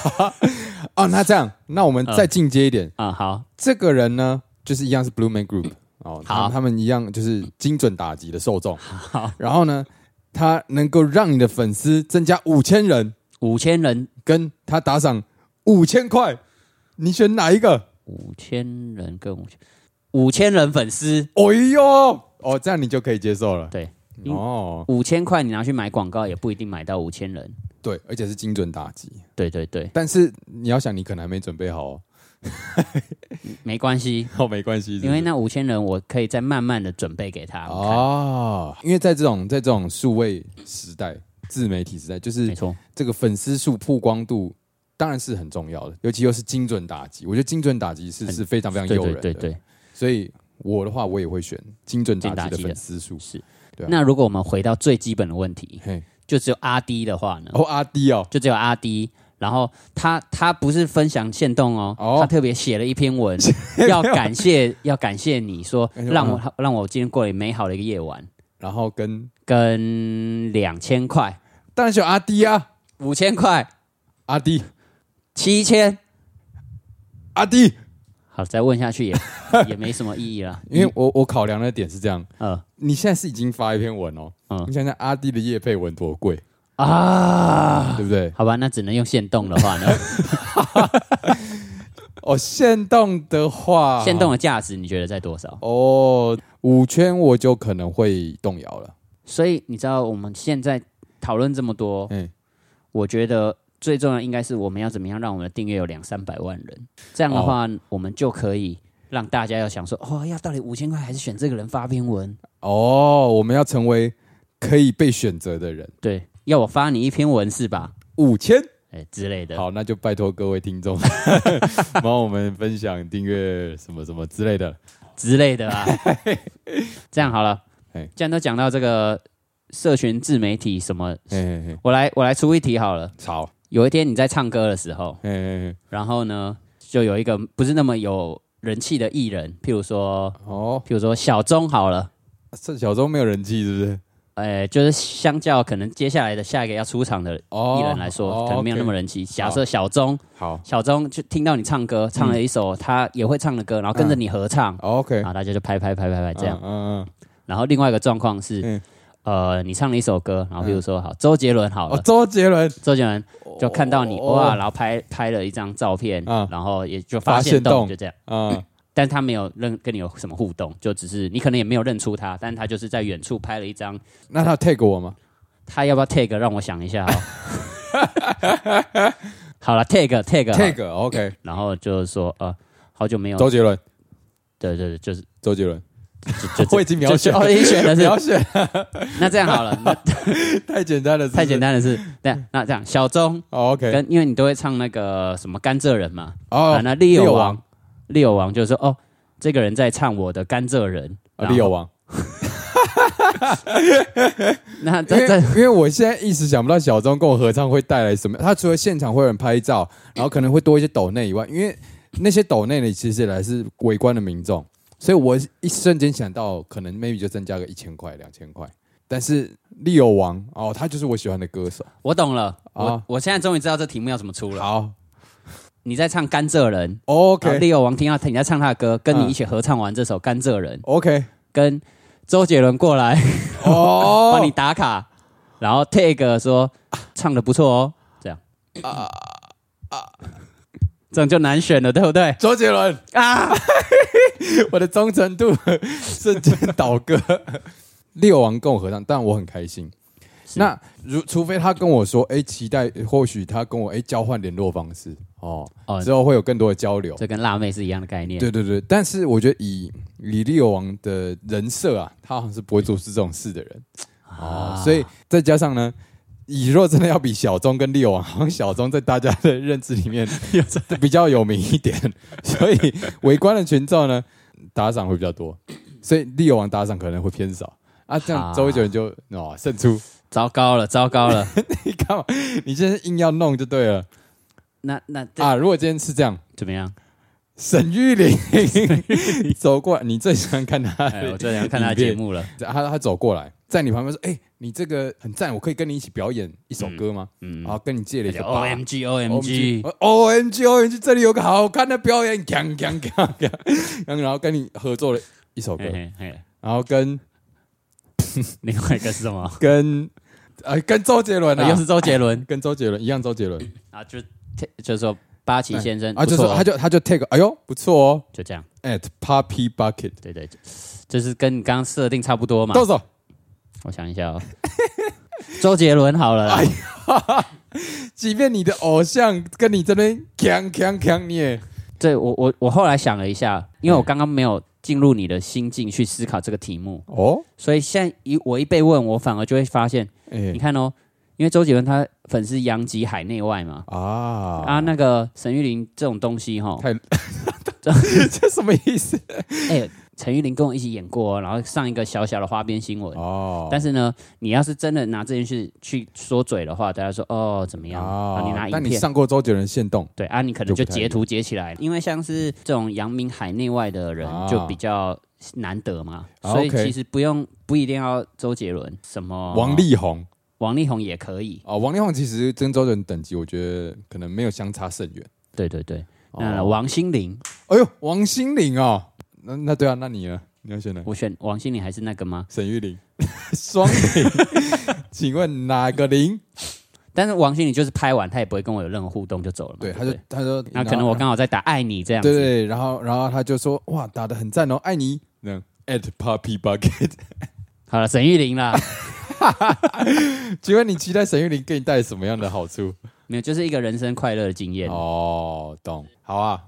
B: 哦，那这样，那我们再进阶一点，
A: 啊、好，
B: 这个人呢，就是一样是 Blue Man Group 哦，他
A: 好
B: 们他们一样就是精准打击的受众，然后呢，他能够让你的粉丝增加五千人。
A: 五千人，
B: 跟他打赏五千块，你选哪一个？
A: 五千人跟五千，五千人粉丝，
B: 哎哦呦，哦，这样你就可以接受了。
A: 对，嗯
B: 哦，
A: 五千块你拿去买广告，也不一定买到五千人。
B: 对，而且是精准打击。
A: 对对对，
B: 但是你要想，你可能还没准备好哦，
A: 没关系，
B: 哦没关系，是不是
A: 因为那五千人我可以再慢慢的准备给他。哦，
B: 哦，因为在这种在这种数位时代、自媒体时代，就
A: 没
B: 是
A: 错，
B: 这个粉丝数、曝光度。当然是很重要的，尤其又是精准打击。我觉得精准打击是
A: 很
B: 是非常非常
A: 对
B: 诱人
A: 对
B: 的，啊
A: 对对。
B: 所以我的话，我也会选精准打击的粉丝数。
A: 是。
B: 对啊
A: 那如果我们回到最基本的问题，
B: 嘿，
A: 就只有阿 D 的话呢？
B: 哦，阿 D 哦，
A: 就只有阿 D，然后他他不是分享线动哦，
B: 哦
A: 他特别写了一篇文，要感谢要感谢你说
B: 感谢我
A: 让我让我今天过了美好的一个夜晚，
B: 然后跟
A: 跟两千块、
B: 当然选阿 D 啊，
A: 五千块、
B: 阿 D，
A: 七千，
B: 阿 D，
A: 好，再问下去也也没什么意义了，
B: 因为我我考量的点是这样，
A: 呃
B: 你现在是已经发一篇文哦，
A: 嗯
B: 你想想阿 D 的叶配文多贵，
A: 啊，
B: 对不对？
A: 好吧，那只能用线动的话呢，
B: 哦，限动的话，
A: 线动的价值你觉得在多少？
B: 哦，五圈我就可能会动摇了。
A: 所以你知道我们现在讨论这么多，
B: 嗯，
A: 我觉得最重要应该是我们要怎么样让我们的订阅有两三百万人，这
B: 哦
A: 样的话、我们就可以让大家要想说，哦，要到底五千块还是选这个人发篇文？
B: 哦，我们要成为可以被选择的人，
A: 对，要我发你一篇文是吧？
B: 五千。
A: 哎、之类的。
B: 好，那就拜托各位听众 帮我们分享、订阅什么什么之类的。
A: 之类的 啊。这样好了
B: 嘿，
A: 既然都讲到这个社群自媒体什么，
B: 嘿嘿嘿，
A: 我来我来出一题好了。
B: 好，
A: 有一天你在唱歌的时候，
B: 嘿嘿嘿，
A: 然后呢，就有一个不是那么有人气的艺人，譬如说，
B: 哦，
A: 譬如说小钟好了。
B: 这小钟没有人气是不是？
A: 呃，就是相较可能接下来的下一个要出场的
B: 哦，
A: 艺人来说，
B: 哦
A: 可能没有那么
B: OK
A: 人气。假设小钟，
B: 好。
A: 小钟就听到你唱歌，唱了一首他也会唱的歌，然后跟着你合唱，
B: 嗯哦 OK，
A: 然后大家就拍拍拍拍拍这样。
B: 嗯嗯，
A: 然后另外一个状况是，
B: 嗯
A: 呃，你唱了一首歌，然后比如说好，周杰伦好
B: 哦
A: 了，，
B: 周杰伦
A: 周杰伦就看到你、
B: 哦
A: 哇，然后拍拍了一张照片，
B: 嗯
A: 然后也就
B: 发
A: 发
B: 现
A: 现动
B: 动
A: 就这样。
B: 啊，
A: 但他没有认跟你有什么互动，就只是你可能也没有认出他，但他就是在远处拍了一张
B: 那他 tag 我 吗？
A: 他要不要 tag 让我想一下 哦。好了，tag tag 好
B: tag 哦 OK，
A: 然后就是说呃，好久没有，
B: 周杰伦，
A: 对对对，就是
B: 周杰伦，
A: 就就
B: 我已经描
A: 就
B: 写
A: 就哦 已经选了是
B: 描写
A: 那这样好了，那
B: 太简单了，
A: 太简单
B: 单。
A: 了 是，那那这样小钟
B: 哦 OK，
A: 跟因为你都会唱那个什么甘蔗人嘛，啊
B: 哦，
A: 那利友
B: 友
A: 王，利友王就是说哦，这个人在唱我的甘蔗人，
B: 啊
A: 然后
B: 利友王，
A: 那
B: 因
A: 这
B: 为
A: 这
B: 因为我现在一时想不到小钟跟我合唱会带来什么。他除了现场会有人拍照，然后可能会多一些抖内以外，因为那些抖内里其实也来是围观的民众，所以我一瞬间想到，可能 maybe 就增加个一千块、两千块。但是利友王哦，他就是我喜欢的歌手。
A: 我懂了，我
B: 啊
A: 我现在终于知道这题目要怎么出了。
B: 好哦
A: 你在唱甘蔗人，然后
B: ，OK
A: 利友王听到你在唱他的歌，跟你
B: 嗯
A: 一起合唱完这首甘蔗人，
B: OK，
A: 跟周杰伦过来
B: 哦
A: 帮你打卡，然后 tag 说唱的不错哦，这样啊啊，
B: 啊
A: 这样就难选了，对不对？
B: 周杰伦
A: 啊，
B: 我的忠诚度瞬间倒戈。 六王跟我合唱，但我很开心。
A: 是
B: 那如除非他跟我说，哎、期待或许他跟我哎、交换联络方式哦，
A: 哦
B: 之后会有更多的交流。
A: 这跟辣妹是一样的概念。
B: 对对对，但是我觉得以以利友王的人设啊，他好像是不会做出这种事的人
A: 啊
B: 哦，所以再加上呢，以若真的要比小钟跟利友王，好像小钟在大家的认知 里面比较有名一点， 所以围观的群众呢打赏会比较多，所以利友王打赏可能会偏少啊，这样
A: 啊
B: 周杰伦就哦胜出，
A: 糟糕了，糟糕了。
B: 你干嘛？你今天硬要弄就对了
A: 那那这
B: 啊！如果今天是这样。
A: 怎么样？
B: 沈 玉玲 走过来，你最喜欢看他
A: 哎，
B: 的
A: 我最想看他的节目了。
B: 他他走过来，在你旁边说：“哎、你这个很赞，我可以跟你一起表演一首歌吗？”
A: 嗯
B: 然，后跟你借了一个
A: O M G
B: 哦
A: O M G，
B: O M G O M G，这里有个好看的表演，锵锵锵锵，然后然后跟你合作了一首歌
A: 嘿，嘿嘿，
B: 然后跟
A: 另外一个是什 么？
B: 跟呃跟周杰伦
A: 啊又
B: 啊
A: 是，周杰 伦
B: 跟周杰伦一样，周杰伦
A: 啊，就就说八旗先生
B: 啊，就
A: 不
B: 是
A: 错哦
B: 他就他就 take，哎呦不错哦
A: 就这样，
B: ，at Poppy Bucket，
A: 对对，就是跟你刚刚设定差不多嘛。
B: 动手
A: 我想一下哦，周杰伦好了啦，
B: 哎即便你的偶像跟你这边强强强，你也
A: 对我我我后来想了一下，因
B: 哎
A: 为我刚刚没有进入你的心境去思考这个题目，
B: 哦，
A: 所以现在一我一被问，我反而就会发现，
B: 哎
A: 你看哦，因为周杰伦他粉丝殃及海内外嘛，
B: 啊
A: 啊，那个沈玉琳这种东西哈，
B: 太 这什么意思？
A: 哎、陈玉琳跟我一起演过哦、然后上一个小小的花边新闻。
B: 哦，
A: 但是呢，你要是真的拿这件事去说嘴的话，大家说哦怎么样？啊，你拿
B: 但
A: 影
B: 你
A: 片，
B: 上过周杰伦限动，
A: 对啊，你可能就截图截起来，因为像是这种扬名海内外的人
B: 啊
A: 就比较难得嘛，
B: 啊
A: 所以
B: OK
A: 其实不用不一定要周杰伦，什么
B: 王力宏
A: 王力宏也可以，
B: 哦，王力宏其实跟周杰伦等级，我觉得可能没有相差甚远。
A: 对对对。
B: 哦
A: 那王心凌，
B: 哎呦，王心凌哦，那那对啊，那你呢？你要选哪？
A: 我选王心凌还是那个吗？
B: 沈玉 玲，双玲，请问哪个玲？
A: 但是王心凌就是拍完，她也不会跟我有任何互动就走了嘛。
B: 对，
A: 不
B: 他就他说，
A: 那可能我
B: 然后
A: 刚好在打爱你这样子。
B: 对对，对然后然后他就说，哇，打的很赞哦，爱你。那 at Puppy Bucket，
A: 好了，沈玉琳啦，
B: 请问你期待沈玉玲给你带来什么样的好处？
A: 没有，就是一个人生快乐的经验。
B: 哦，懂，好啊。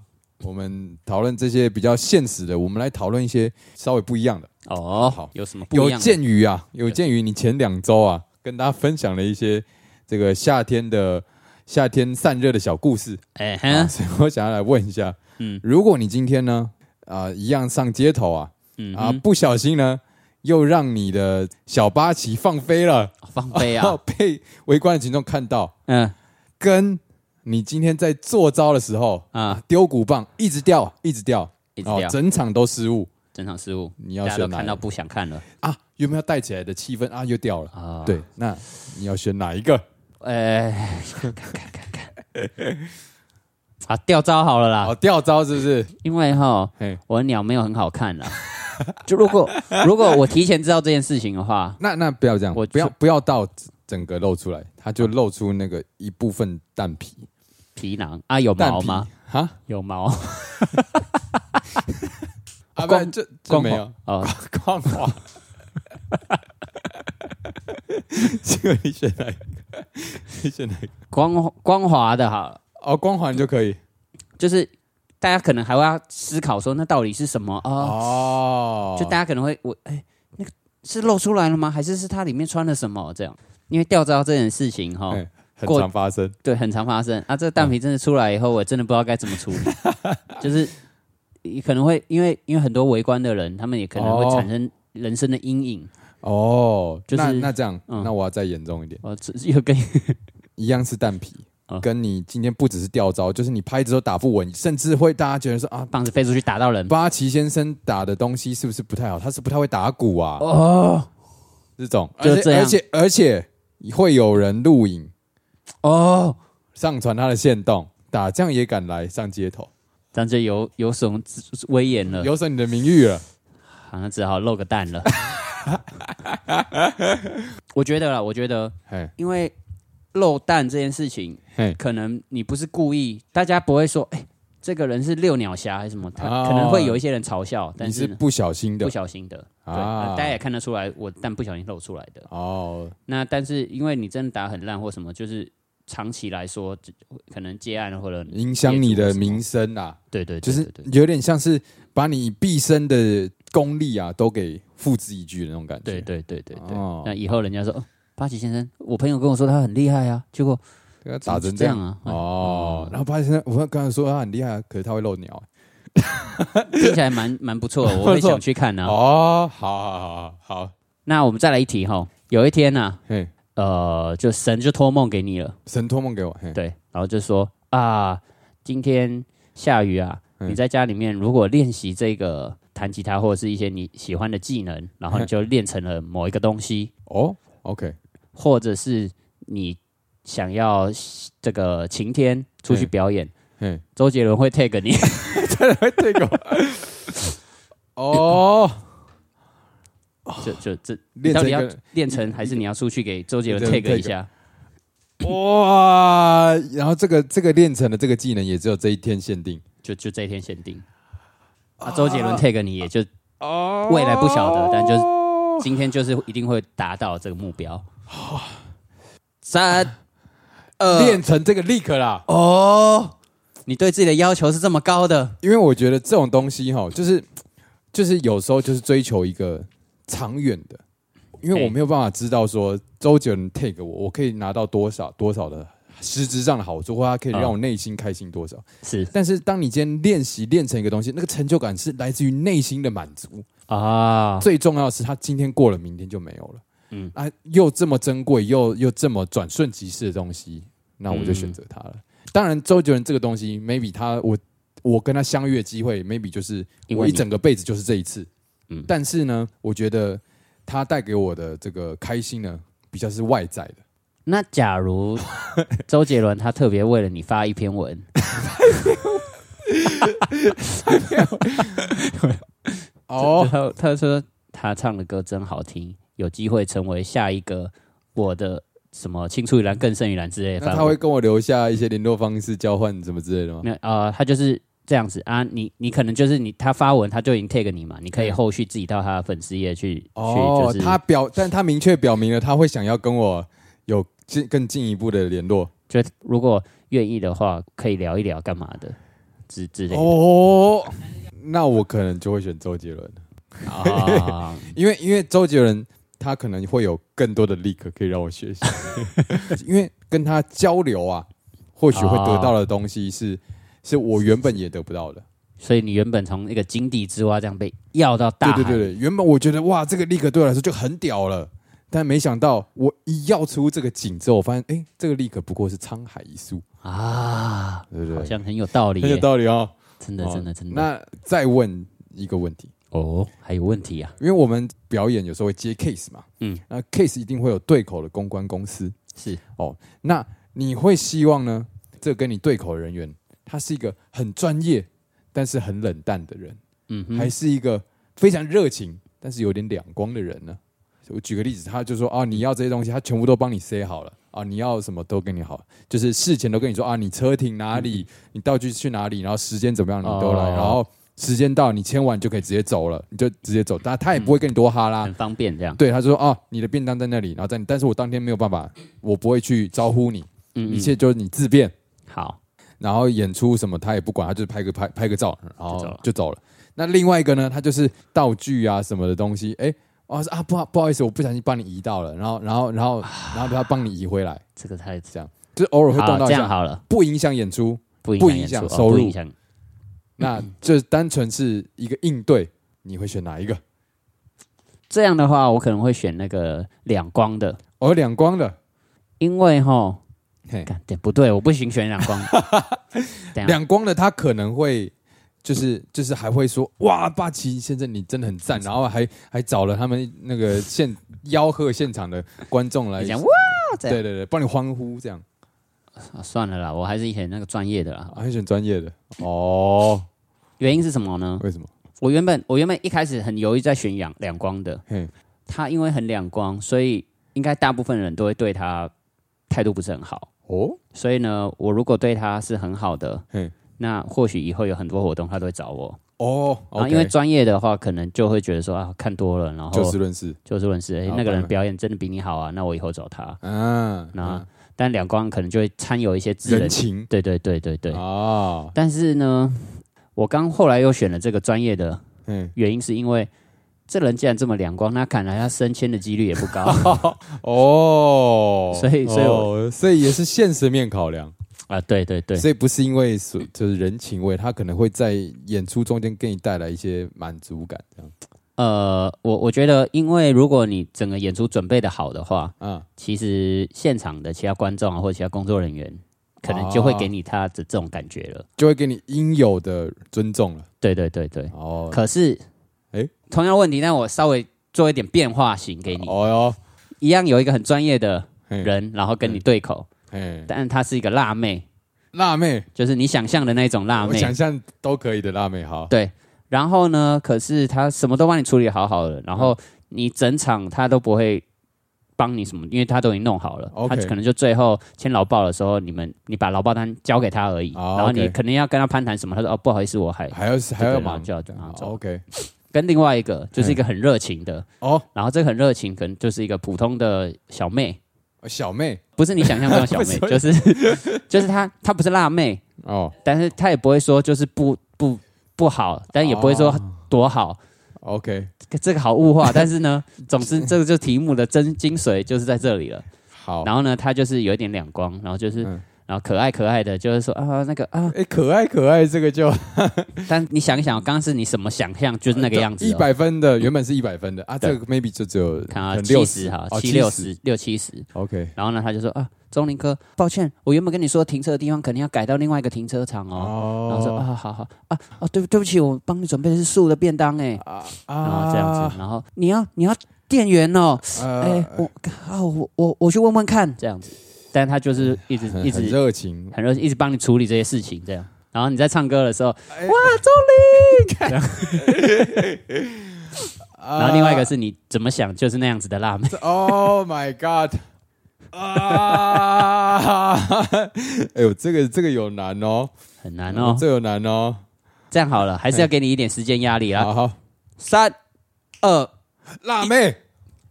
B: 我们讨论这些比较现实的，我们来讨论一些稍微不一样的。
A: 哦，
B: 好
A: 有什么不
B: 有
A: 一样的？
B: 鉴于啊，有鉴于你前两周啊，跟大家分享了一些这个夏天的夏天散热的小故事，
A: 哎
B: 啊，
A: 哼，
B: 所以我想要来问一下，
A: 嗯
B: 如果你今天呢，啊、一样上街头啊，
A: 嗯
B: 啊，
A: 哼，
B: 不小心呢，又让你的小八旗放飞了，哦
A: 放飞啊，
B: 被围观的群众看到，
A: 嗯
B: 跟你今天在做招的时候
A: 啊，
B: 丢鼓棒，一直掉，一直掉，哦
A: 一直掉，
B: 整场都失误
A: 正常失误，
B: 你要
A: 大家都
B: 选哪
A: 看
B: 一
A: 到
B: 个
A: 不想看了
B: 啊，原本要带起来的气氛啊，又掉了。
A: 啊。，
B: 对，那你要选哪一个？
A: 呃， 看看看看，啊，掉招好了啦
B: 哦，，掉招是不是？
A: 因为哈
B: 嘿，
A: 我的鸟没有很好看啦。 就如果如果我提前知道这件事情的话，
B: 那那不要这样，
A: 我
B: 不要不要到整个露出来，它就露出那个一部分蛋皮，
A: 皮囊啊有
B: 蛋
A: 毛
B: 皮
A: 吗？
B: 哈，
A: 有毛，
B: 啊，不
A: 哦光
B: 然这这
A: 光
B: 没
A: 滑
B: 有
A: 哦，
B: 光滑。 这个你选哪一个？你选哪一个？
A: 光光滑的好了，
B: 哦，光环就可以
A: 就是大家可能还会要思考说，那到底是什么啊？
B: 哦
A: 就大家可能会我哎、那个是露出来了吗？还是是它里面穿了什么这样？因为掉招这件事情哈，
B: 哎很
A: 过
B: 常发生。
A: 对，很常发生啊。这个蛋皮真的出来以后，我真的不知道该怎么处理，就是你可能会因为因为很多围观的人，他们也可能会
B: 哦
A: 产生人生的阴影。
B: 哦，
A: 就是
B: 那那这样，
A: 嗯
B: 那我要再严重一点，
A: 我只有跟
B: 一样是蛋皮
A: 哦。
B: 跟你今天不只是掉招，就是你拍子都打不稳，甚至会大家觉得说啊，
A: 棒子飞出去打到人
B: 八旗先生打的东西是不是不太好？他是不太会打鼓啊，
A: 哦
B: 这种，
A: 就
B: 而且
A: 这样
B: 而且而且会有人录影
A: 哦，
B: 上传他的线动，打将也敢来上街头，
A: 这样就有有损威严了，
B: 有损你的名誉了。
A: 好像只好露个蛋了。我觉得啦，我觉得
B: 嘿，
A: 因为漏蛋这件事情，
B: 嘿，
A: 可能你不是故意，大家不会说，哎、这个人是六鸟侠还是什么，他、
B: 哦
A: 可能会有一些人嘲笑，但
B: 你是
A: 是呢
B: 不小心的
A: 不小心的，对、
B: 啊
A: 呃大家也看得出来，我但不小心露出来的。
B: 哦，
A: 那但是因为你真的打很烂或什么，就是长期来说，就可能接案或者
B: 影响你的名
A: 业主或什么，
B: 声啊，
A: 对对
B: 就
A: 对对
B: 是
A: 对
B: 有点像是把你毕生的功力啊都给付之一炬的那种感觉。
A: 对对对对对。
B: 哦
A: 那以后人家说，哦八旗先生，我朋友跟我说他很厉害啊，结果
B: 对啊，打
A: 怎么
B: 成这
A: 这
B: 样
A: 样啊，
B: 哦。然后八旗先生，我刚才说他很厉害啊，可是他会漏鸟。
A: 听起来蛮蛮不 错的，我会想去看啊。
B: 哦，好好好好好，
A: 那我们再来一题哈，有一天呢、
B: 嘿，
A: 呃，就神就托梦给你了，
B: 神托梦给我，嘿，
A: 对，然后就说啊，今天下雨啊，
B: 嗯
A: 你在家里面如果练习这个弹吉他或者是一些你喜欢的技能，然后你就练成了某一个东西，
B: 哦，OK，
A: 或者是你想要这个晴天出去
B: 嗯
A: 表演，
B: 嘿，
A: 周杰伦会 tag 你，
B: 会这个。哦，
A: 就就这，你
B: 练
A: 到
B: 成
A: 底
B: 一
A: 要
B: 个
A: 练成还是你要出去给周杰伦
B: 周杰伦
A: tag
B: tag
A: 一下？
B: 哇！然后这个这个练成的这个技能也只有这一天限定
A: 就就这一
B: 啊哦
A: 天限定啊，周杰伦 tag 你也就未来不晓得，但就是 今天就是一定会达到这个目标。 三二
B: 呃练成这个立刻啦，
A: 哦，你对自己的要求是这么高的，
B: 因为我觉得这种东西哈，就是就是有时候就是追求一个长远的，因为我
A: 哎
B: 没有办法知道说周杰伦 take 我，我可以拿到多少多少的实质上的好处，或他可以
A: 啊
B: 让我内心开心多少。
A: 是
B: 但是当你今天练习练成一个东西，那个成就感是来自于内心的满足。
A: 啊，
B: 最重要的是，他今天过了，明天就没有了。
A: 嗯
B: 嗯啊，又这么珍贵，又又这么转瞬即逝的东西，那我就
A: 嗯
B: 选择他了。当然，周杰伦这个东西，maybe 他我我跟他相遇的机会，maybe 就是
A: 因为
B: 我一
A: 你
B: 整个辈子就是这一次。
A: 嗯
B: 嗯，但是呢，我觉得他带给我的这个开心呢，比较是外在的。
A: 那假 如周杰伦他特别为了你发一篇文，
B: 哦，
A: 他他说他唱的歌真好听，有机会成为下一个我的什么青出于蓝更胜于蓝之类的
B: 那
A: 范围。
B: 他会跟我留下一些联络方式、交换什么之类的吗？
A: 没有呃，他就是这样子啊，你你可能就是你他发文他就已经 tag 你嘛，你可以
B: 嗯
A: 后续自己到他的粉丝页去、去
B: 哦，
A: 就是
B: 他表，但他明确表明了他会想要跟我有进更进一步的联络。
A: 就如果愿意的话，可以聊一聊干嘛的之之类的
B: 哦，那我可能就会选周杰伦，
A: 啊。
B: 因为因为周杰伦他可能会有更多的 leak 可以让我 学习，因为跟他交流啊，或许会得到的东西是、是我原本也得不到的。
A: 所以你原本从一个井底之蛙这样被要到大
B: 对
A: 海，
B: 对对对，原本我觉得哇，这个 leak 对我来说就很屌了。但没想到，我一要出这个井之后，我发现，哎、这个 leak 不过是沧海一粟，
A: 啊，
B: 对不
A: 好
B: 对？
A: 像很有道理耶，嗯
B: 很有道理哦。
A: 真的
B: 哦
A: 真的真的。
B: 那再问一个问题，
A: 哦，还有问题啊？
B: 因为我们表演有时候会接 case 嘛，
A: 嗯
B: 嗯，那 case 一定会有对口的公关公司。哦
A: 是
B: 那你会希望呢，这个跟你对口的人员，他是一个很专业但是很冷淡的人，
A: 嗯
B: 还
A: 哼，
B: 是一个非常热情但是有点两光的人呢？我举个例子，他就说啊，你要这些东西，他全部都帮你塞好了啊，你要什么都给你好，就是事前都跟你说啊，你车停哪里，你道具去哪里，然后时间怎么样你都来，
A: 嗯哦
B: 然后时间到你签完就可以直接走了，你就直接走，但他也不会跟你多哈拉，
A: 很方便这样。
B: 对，他就说啊，你的便当在那里，然后在你，但是我当天没有办法，我不会去招呼你，
A: 嗯
B: 一切就是你自便。
A: 好，
B: 然后演出什么他也不管，他就是拍个拍拍个照，然
A: 就走
B: 后
A: 了
B: 就走了。那另外一个呢，他就是道具啊什么的东西，哎，啊是啊不好不好意思，我不小心帮你移到了，然后然后然后然后他帮你移回来，
A: 这个太
B: 就是偶尔会
A: 好
B: 动到
A: 啊这
B: 一
A: 样啊
B: 下，
A: 好了，
B: 不影响演出，
A: 不
B: 不
A: 影
B: 影
A: 响
B: 响
A: 演出
B: 收
A: 哦不
B: 入
A: 影响嗯
B: 那就是单纯是一个应对。你会选哪一个？
A: 这样的话，我可能会选那个两光的，
B: 哦，两光的，
A: 因为哈，
B: 嘿，
A: 干对不对？我不行选两 光，等一下
B: 两光的他可能会就是就是还会说哇，霸奇先生你真的很
A: 嗯
B: 赞，然后还还找了他们那个现吆喝现场的观众来
A: 你，讲哇，这样
B: 对对对，帮你欢呼这样，啊
A: 啊算了啦，我还是选那个专业的啦。
B: 还选专业的哦？
A: 原因是什么呢？
B: 为什么？
A: 我原本我原本一开始很犹豫在选两两光的，
B: 嘿，
A: 他因为很两光，所以应该大部分人都会对他态度不是很好。
B: 哦，
A: 所以呢，我如果对他是很好的
B: 嘿，
A: 那或许以后有很多活动他都会找我。
B: 哦
A: 然后
B: ，OK，
A: 啊因为专业的话，可能就会觉得说啊，看多了，然后
B: 就事论事，
A: 就事论事，哎、那
B: 好
A: 个
B: 当
A: 人
B: 然
A: 表演真的比你好啊，那我以后找他。
B: 嗯，
A: 那、
B: 嗯
A: 但两光可能就会掺有一些自
B: 人情
A: 对对对对对。
B: 啊，
A: 但是呢，我刚后来又选了这个专业的
B: 嗯，
A: 原因，是因为这人既然这么两光，那看来他升迁的几率也不高
B: 哦，
A: 所以所以我
B: 哦所以也是现实面考量。
A: 啊。对对对，
B: 所以不是因为所就是人情味，他可能会在演出中间给你带来一些满足感，这样
A: 呃，我我觉得，因为如果你整个演出准备的好的话，
B: 啊、
A: 其实现场的其他观众啊，或者其他工作人员，可能就会给你他的这种感觉了。
B: 就会给你应有的尊重了。
A: 对对对对。
B: 哦，
A: 可是，
B: 诶
A: 同样问题，但我稍微做一点变化型给你，
B: 哦
A: 一样有一个很专业的
B: 哟，人
A: 人，然后跟你对口，
B: 嘿，
A: 但她是一个辣妹，
B: 辣妹，
A: 就是你想象的那种辣
B: 我
A: 妹。
B: 想象都可以的辣妹，好，
A: 对，然后呢，可是她什么都帮你处理好好的，然
B: 嗯
A: 后你整场她都不会。帮你什么？因为她都已经弄好了，她
B: 哦 OK
A: 可能就最后签劳报的时候，你们你把劳报单交给她而已，
B: 哦
A: 然后你
B: OK
A: 可能要跟她攀谈什么，她说哦不好意思，我还
B: 还要还要啊
A: 忙
B: 忙
A: 就要拿走
B: ，OK，
A: 跟另外一个就是
B: 嗯
A: 一个很热情的，
B: 哦，
A: 然后这个很热情可能就是一个普通的小妹，
B: 小妹
A: 不是你想象中的 小妹，
B: 不
A: 就是就是 她，她不是辣妹，
B: 哦
A: 但是她也不会说就是不不不好，但也不会说多好，
B: ，OK，
A: 这个好物化。但是呢，总之这个就题目的真精髓就是在这里了。
B: 好，
A: 然后呢，她就是有一点两光，然后就是。
B: 嗯
A: 然后可爱可爱的，就是说啊那个啊，
B: 哎，可爱可爱，这个就
A: 但你想一想，刚刚是你什么想象，就是那个样子、
B: 一
A: 哦。
B: 百分的，原本是一百分的啊，
A: 对
B: 这个 maybe 就只有
A: 看啊，
B: 可能
A: 七
B: 60
A: 十哈，
B: 哦
A: 七六
B: 70
A: 十六七十。
B: ，OK，
A: 然后呢，他就说啊，钟林哥，抱歉，我原本跟你说停车的地方肯定要改到另外一个停车场哦。然后说
B: 哦，
A: 啊，好好啊啊，对对不起，我帮你准备的是素的便当哎，
B: 啊
A: 然后这样子，然后你要你要店员哦，
B: 子，
A: 哎
B: 呃，，
A: 我啊我我我去问问看这样子，但他就是一直
B: 很
A: 一
B: 很
A: 直
B: 热情，
A: 很热心，一直帮你处理这些事情这样。然后你在唱歌的时候，
B: 哎
A: 然
B: 然
A: 后另外一个是你怎么想就是那样子的辣妹，
B: Oh my god！啊！ 哎呦，这个这个有难哦，
A: 很难哦。
B: 这有难哦。
A: 这样好了，还是要给你一点时间压力啊。
B: 好好，
A: 哎三二，
B: 辣妹，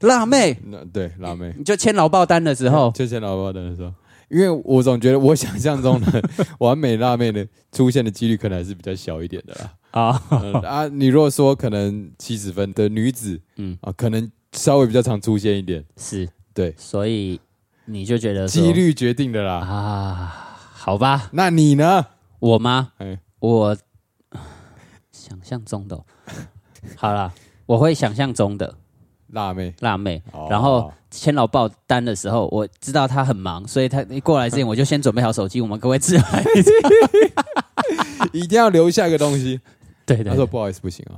A: 辣妹，
B: 那对辣妹，
A: 你就签劳报单的时候，
B: 就前老爸的说，因为我总觉得我想象中的完美辣妹的出现的几率可能还是比较小一点的 啦。
A: 啊、
B: 嗯啊，你如果说可能七十分的女子，
A: 嗯
B: 嗯啊，可能稍微比较常出现一点，
A: 是，
B: 对，
A: 所以你就觉得说
B: 几率决定的啦。
A: 啊，好吧，
B: 那你呢？
A: 我吗？
B: 哎，
A: 我想象中的哦、好啦，我会想象中的
B: 辣妹，
A: 辣妹，
B: 哦
A: 然后签劳报单的时候，我知道她很忙，所以她一过来之前，我就先准备好手机，我们各位自 拍。
B: 一定要留下一个东西。
A: 对 对
B: 他说不好意思，不行啊，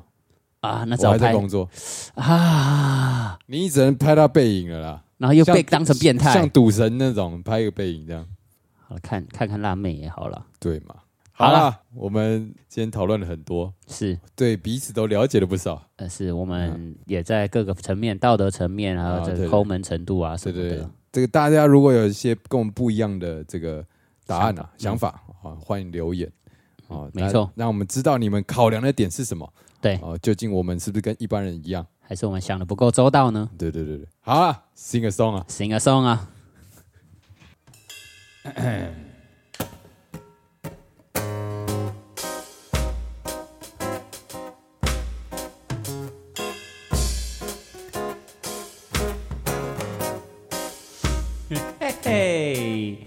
A: 啊，那
B: 我
A: 早
B: 还在
A: 拍
B: 工作，
A: 啊，
B: 你只能拍到背影了啦，
A: 然后又被
B: 像
A: 当成变态
B: 像。赌神那种拍一个背影这样，
A: 好了，看看看辣妹也好了，
B: 对嘛？
A: 好
B: 好
A: 啦
B: 啦，我们今天讨论了很多，
A: 是。
B: 对彼此都了解了不少，
A: 呃，是我们也在各个层面，道德层面啊，
B: 嗯啊
A: 这
B: 对
A: 个
B: 对
A: 抠门程度啊什
B: 对
A: 么
B: 对对
A: 的，。
B: 这个大家如果有一些跟我们不一样的这个答案啊、
A: 想
B: 想法啊，欢迎留言啊，
A: 没错
B: 那，让我们知道你们考量的点是什么
A: 对，
B: 啊，究竟我们是不是跟一般人一样？
A: 还是我们想的不够周到呢
B: 对对对对，好啦 s i n g a song à? 啊，
A: ？Sing a song à? 啊，嘿嘿，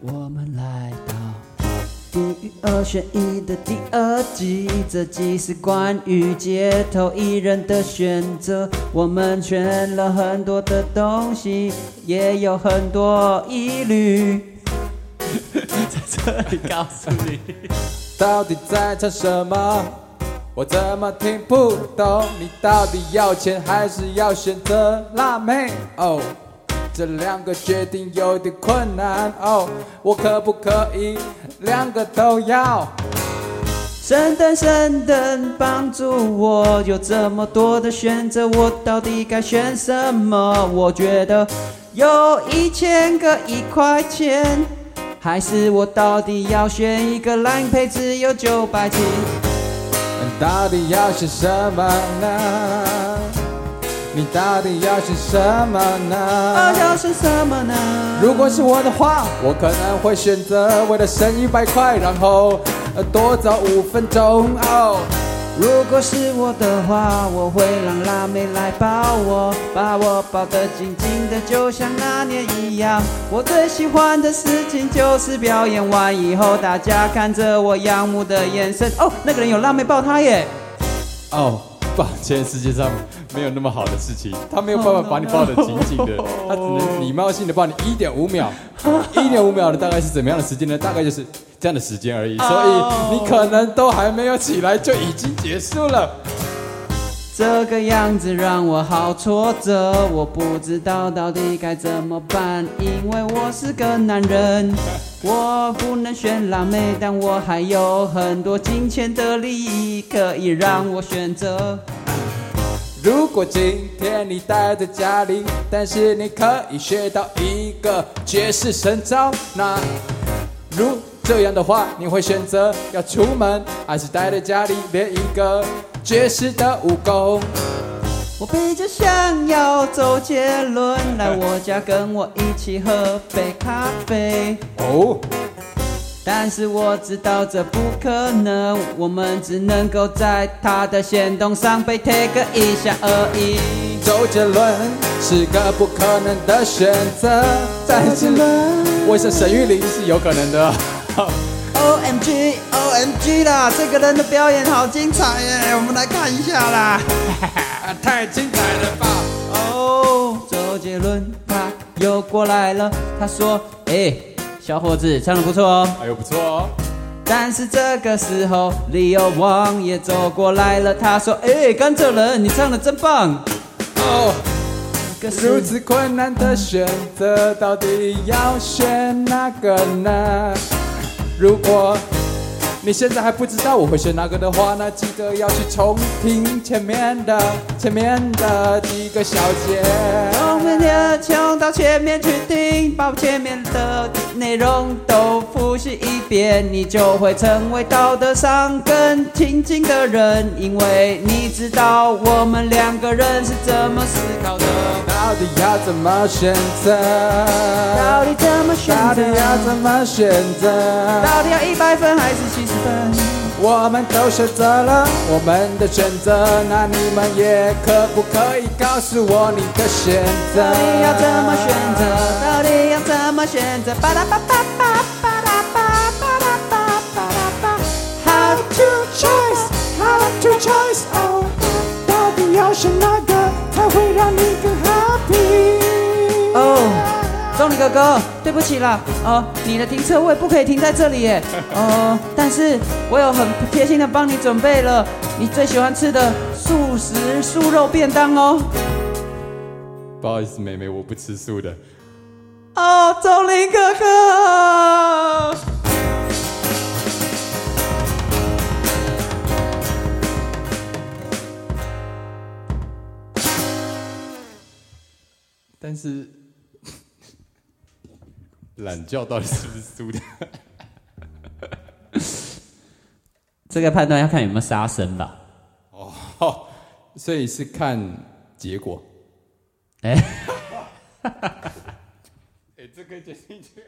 A: 我们来到。地狱二选一的第二集，这集是关于街头艺人的选择。我们选了很多的东西，也有很多疑虑。 在这里告诉你，
B: 到底在唱什么？我怎么听不懂？你到底要钱还是要选择辣妹？哦，这两个决定有点困难哦，我可不可以两个都要？
A: 神灯神灯帮助我，有这么多的选择，我到底该选什么？我觉得有一千个一块钱，还是我到底要选一个蓝配只有九百七？
B: 到底要选什么呢？你到底要选什么
A: 啊，
B: 呢？
A: 要选什么呢？
B: 如果是我的话，我可能会选择为了省一百块，然后呃多走五分钟哦。
A: 如果是我的话，我会让辣妹来抱我，把我抱得紧紧的，就像那年一样。我最喜欢的事情就是表演完以后，大家看着我仰慕的眼神。哦，那个人有辣妹抱他耶！
B: 哦，抱歉，世界上没有那么好的事情，他没有办法把你抱得紧紧的，他只能礼貌性的抱你一点五秒，一点五秒的大概是怎么样的时间呢？大概就是这样的时间而已，所以你可能都还没有起来就已经结束了。
A: 这个样子让我好挫折，我不知道到底该怎么办，因为我是个男人，我不能选辣妹，但我还有很多金钱的利益可以让我选择。
B: 如果今天你待在家里，但是你可以学到一个绝世神招，那如这样的话，你会选择要出门，还是待在家里练一个绝世的武功？
C: 我比较想要周杰伦来我家跟我一起喝杯咖啡，
B: 哦，
C: 但是我知道这不可能，我们只能够在他的行动上被 take 一下而已。
B: 周杰伦是个不可能的选择，但是我想沈玉琳是有可能的。
C: O M G O M G 啦，这个人的表演好精彩耶，我们来看一下啦。
B: 啊，太精彩了吧！
C: 哦，周杰伦他又过来了，他说：“哎、小伙子唱的不错哦。
B: 哎呦，不错哦。”
C: 但是这个时候，李友王也走过来了，他说：“哎、甘蔗人，你唱的真棒。
B: 哦，”
C: 可
B: 如
C: 是
B: 此困难的选择，到底要选哪个呢？如果你现在还不知道我会选哪个的话，那记得要去重听前面的前面的几个小节。
C: 我们要冲到前面去听，把前面的内容都复习一遍，你就会成为道德上更亲近的人，因为你知道我们两个人是怎么思考的，
B: 到底要怎么选择？
C: 到底怎么选
B: 到底要
C: 择，
B: 怎么选择？
C: 到底要一百分还是七十分？
B: 我们都选择了我们的选择，那你们也可不可以告诉我你的选择？
C: 到底要怎么选择？到底要怎么选择？巴拉巴巴巴巴拉巴巴拉巴巴拉巴。
B: ？How to choice, how to choice, oh，到底要选哪个才会让你更 happy？
C: 哦，钟离哥哥，对不起啦，哦，你的停车位不可以停在这里耶。哦，但是我有很贴心的帮你准备了你最喜欢吃的素食素肉便当哦。
B: 不好意思，妹妹，我不吃素的。
C: 哦，钟林哥哥。
B: 但是懒觉到底是不是素的？
C: 这个判断要看有没有杀生吧。
B: 哦，所以是看结果。
C: 哎
B: 哎，这个剪进去。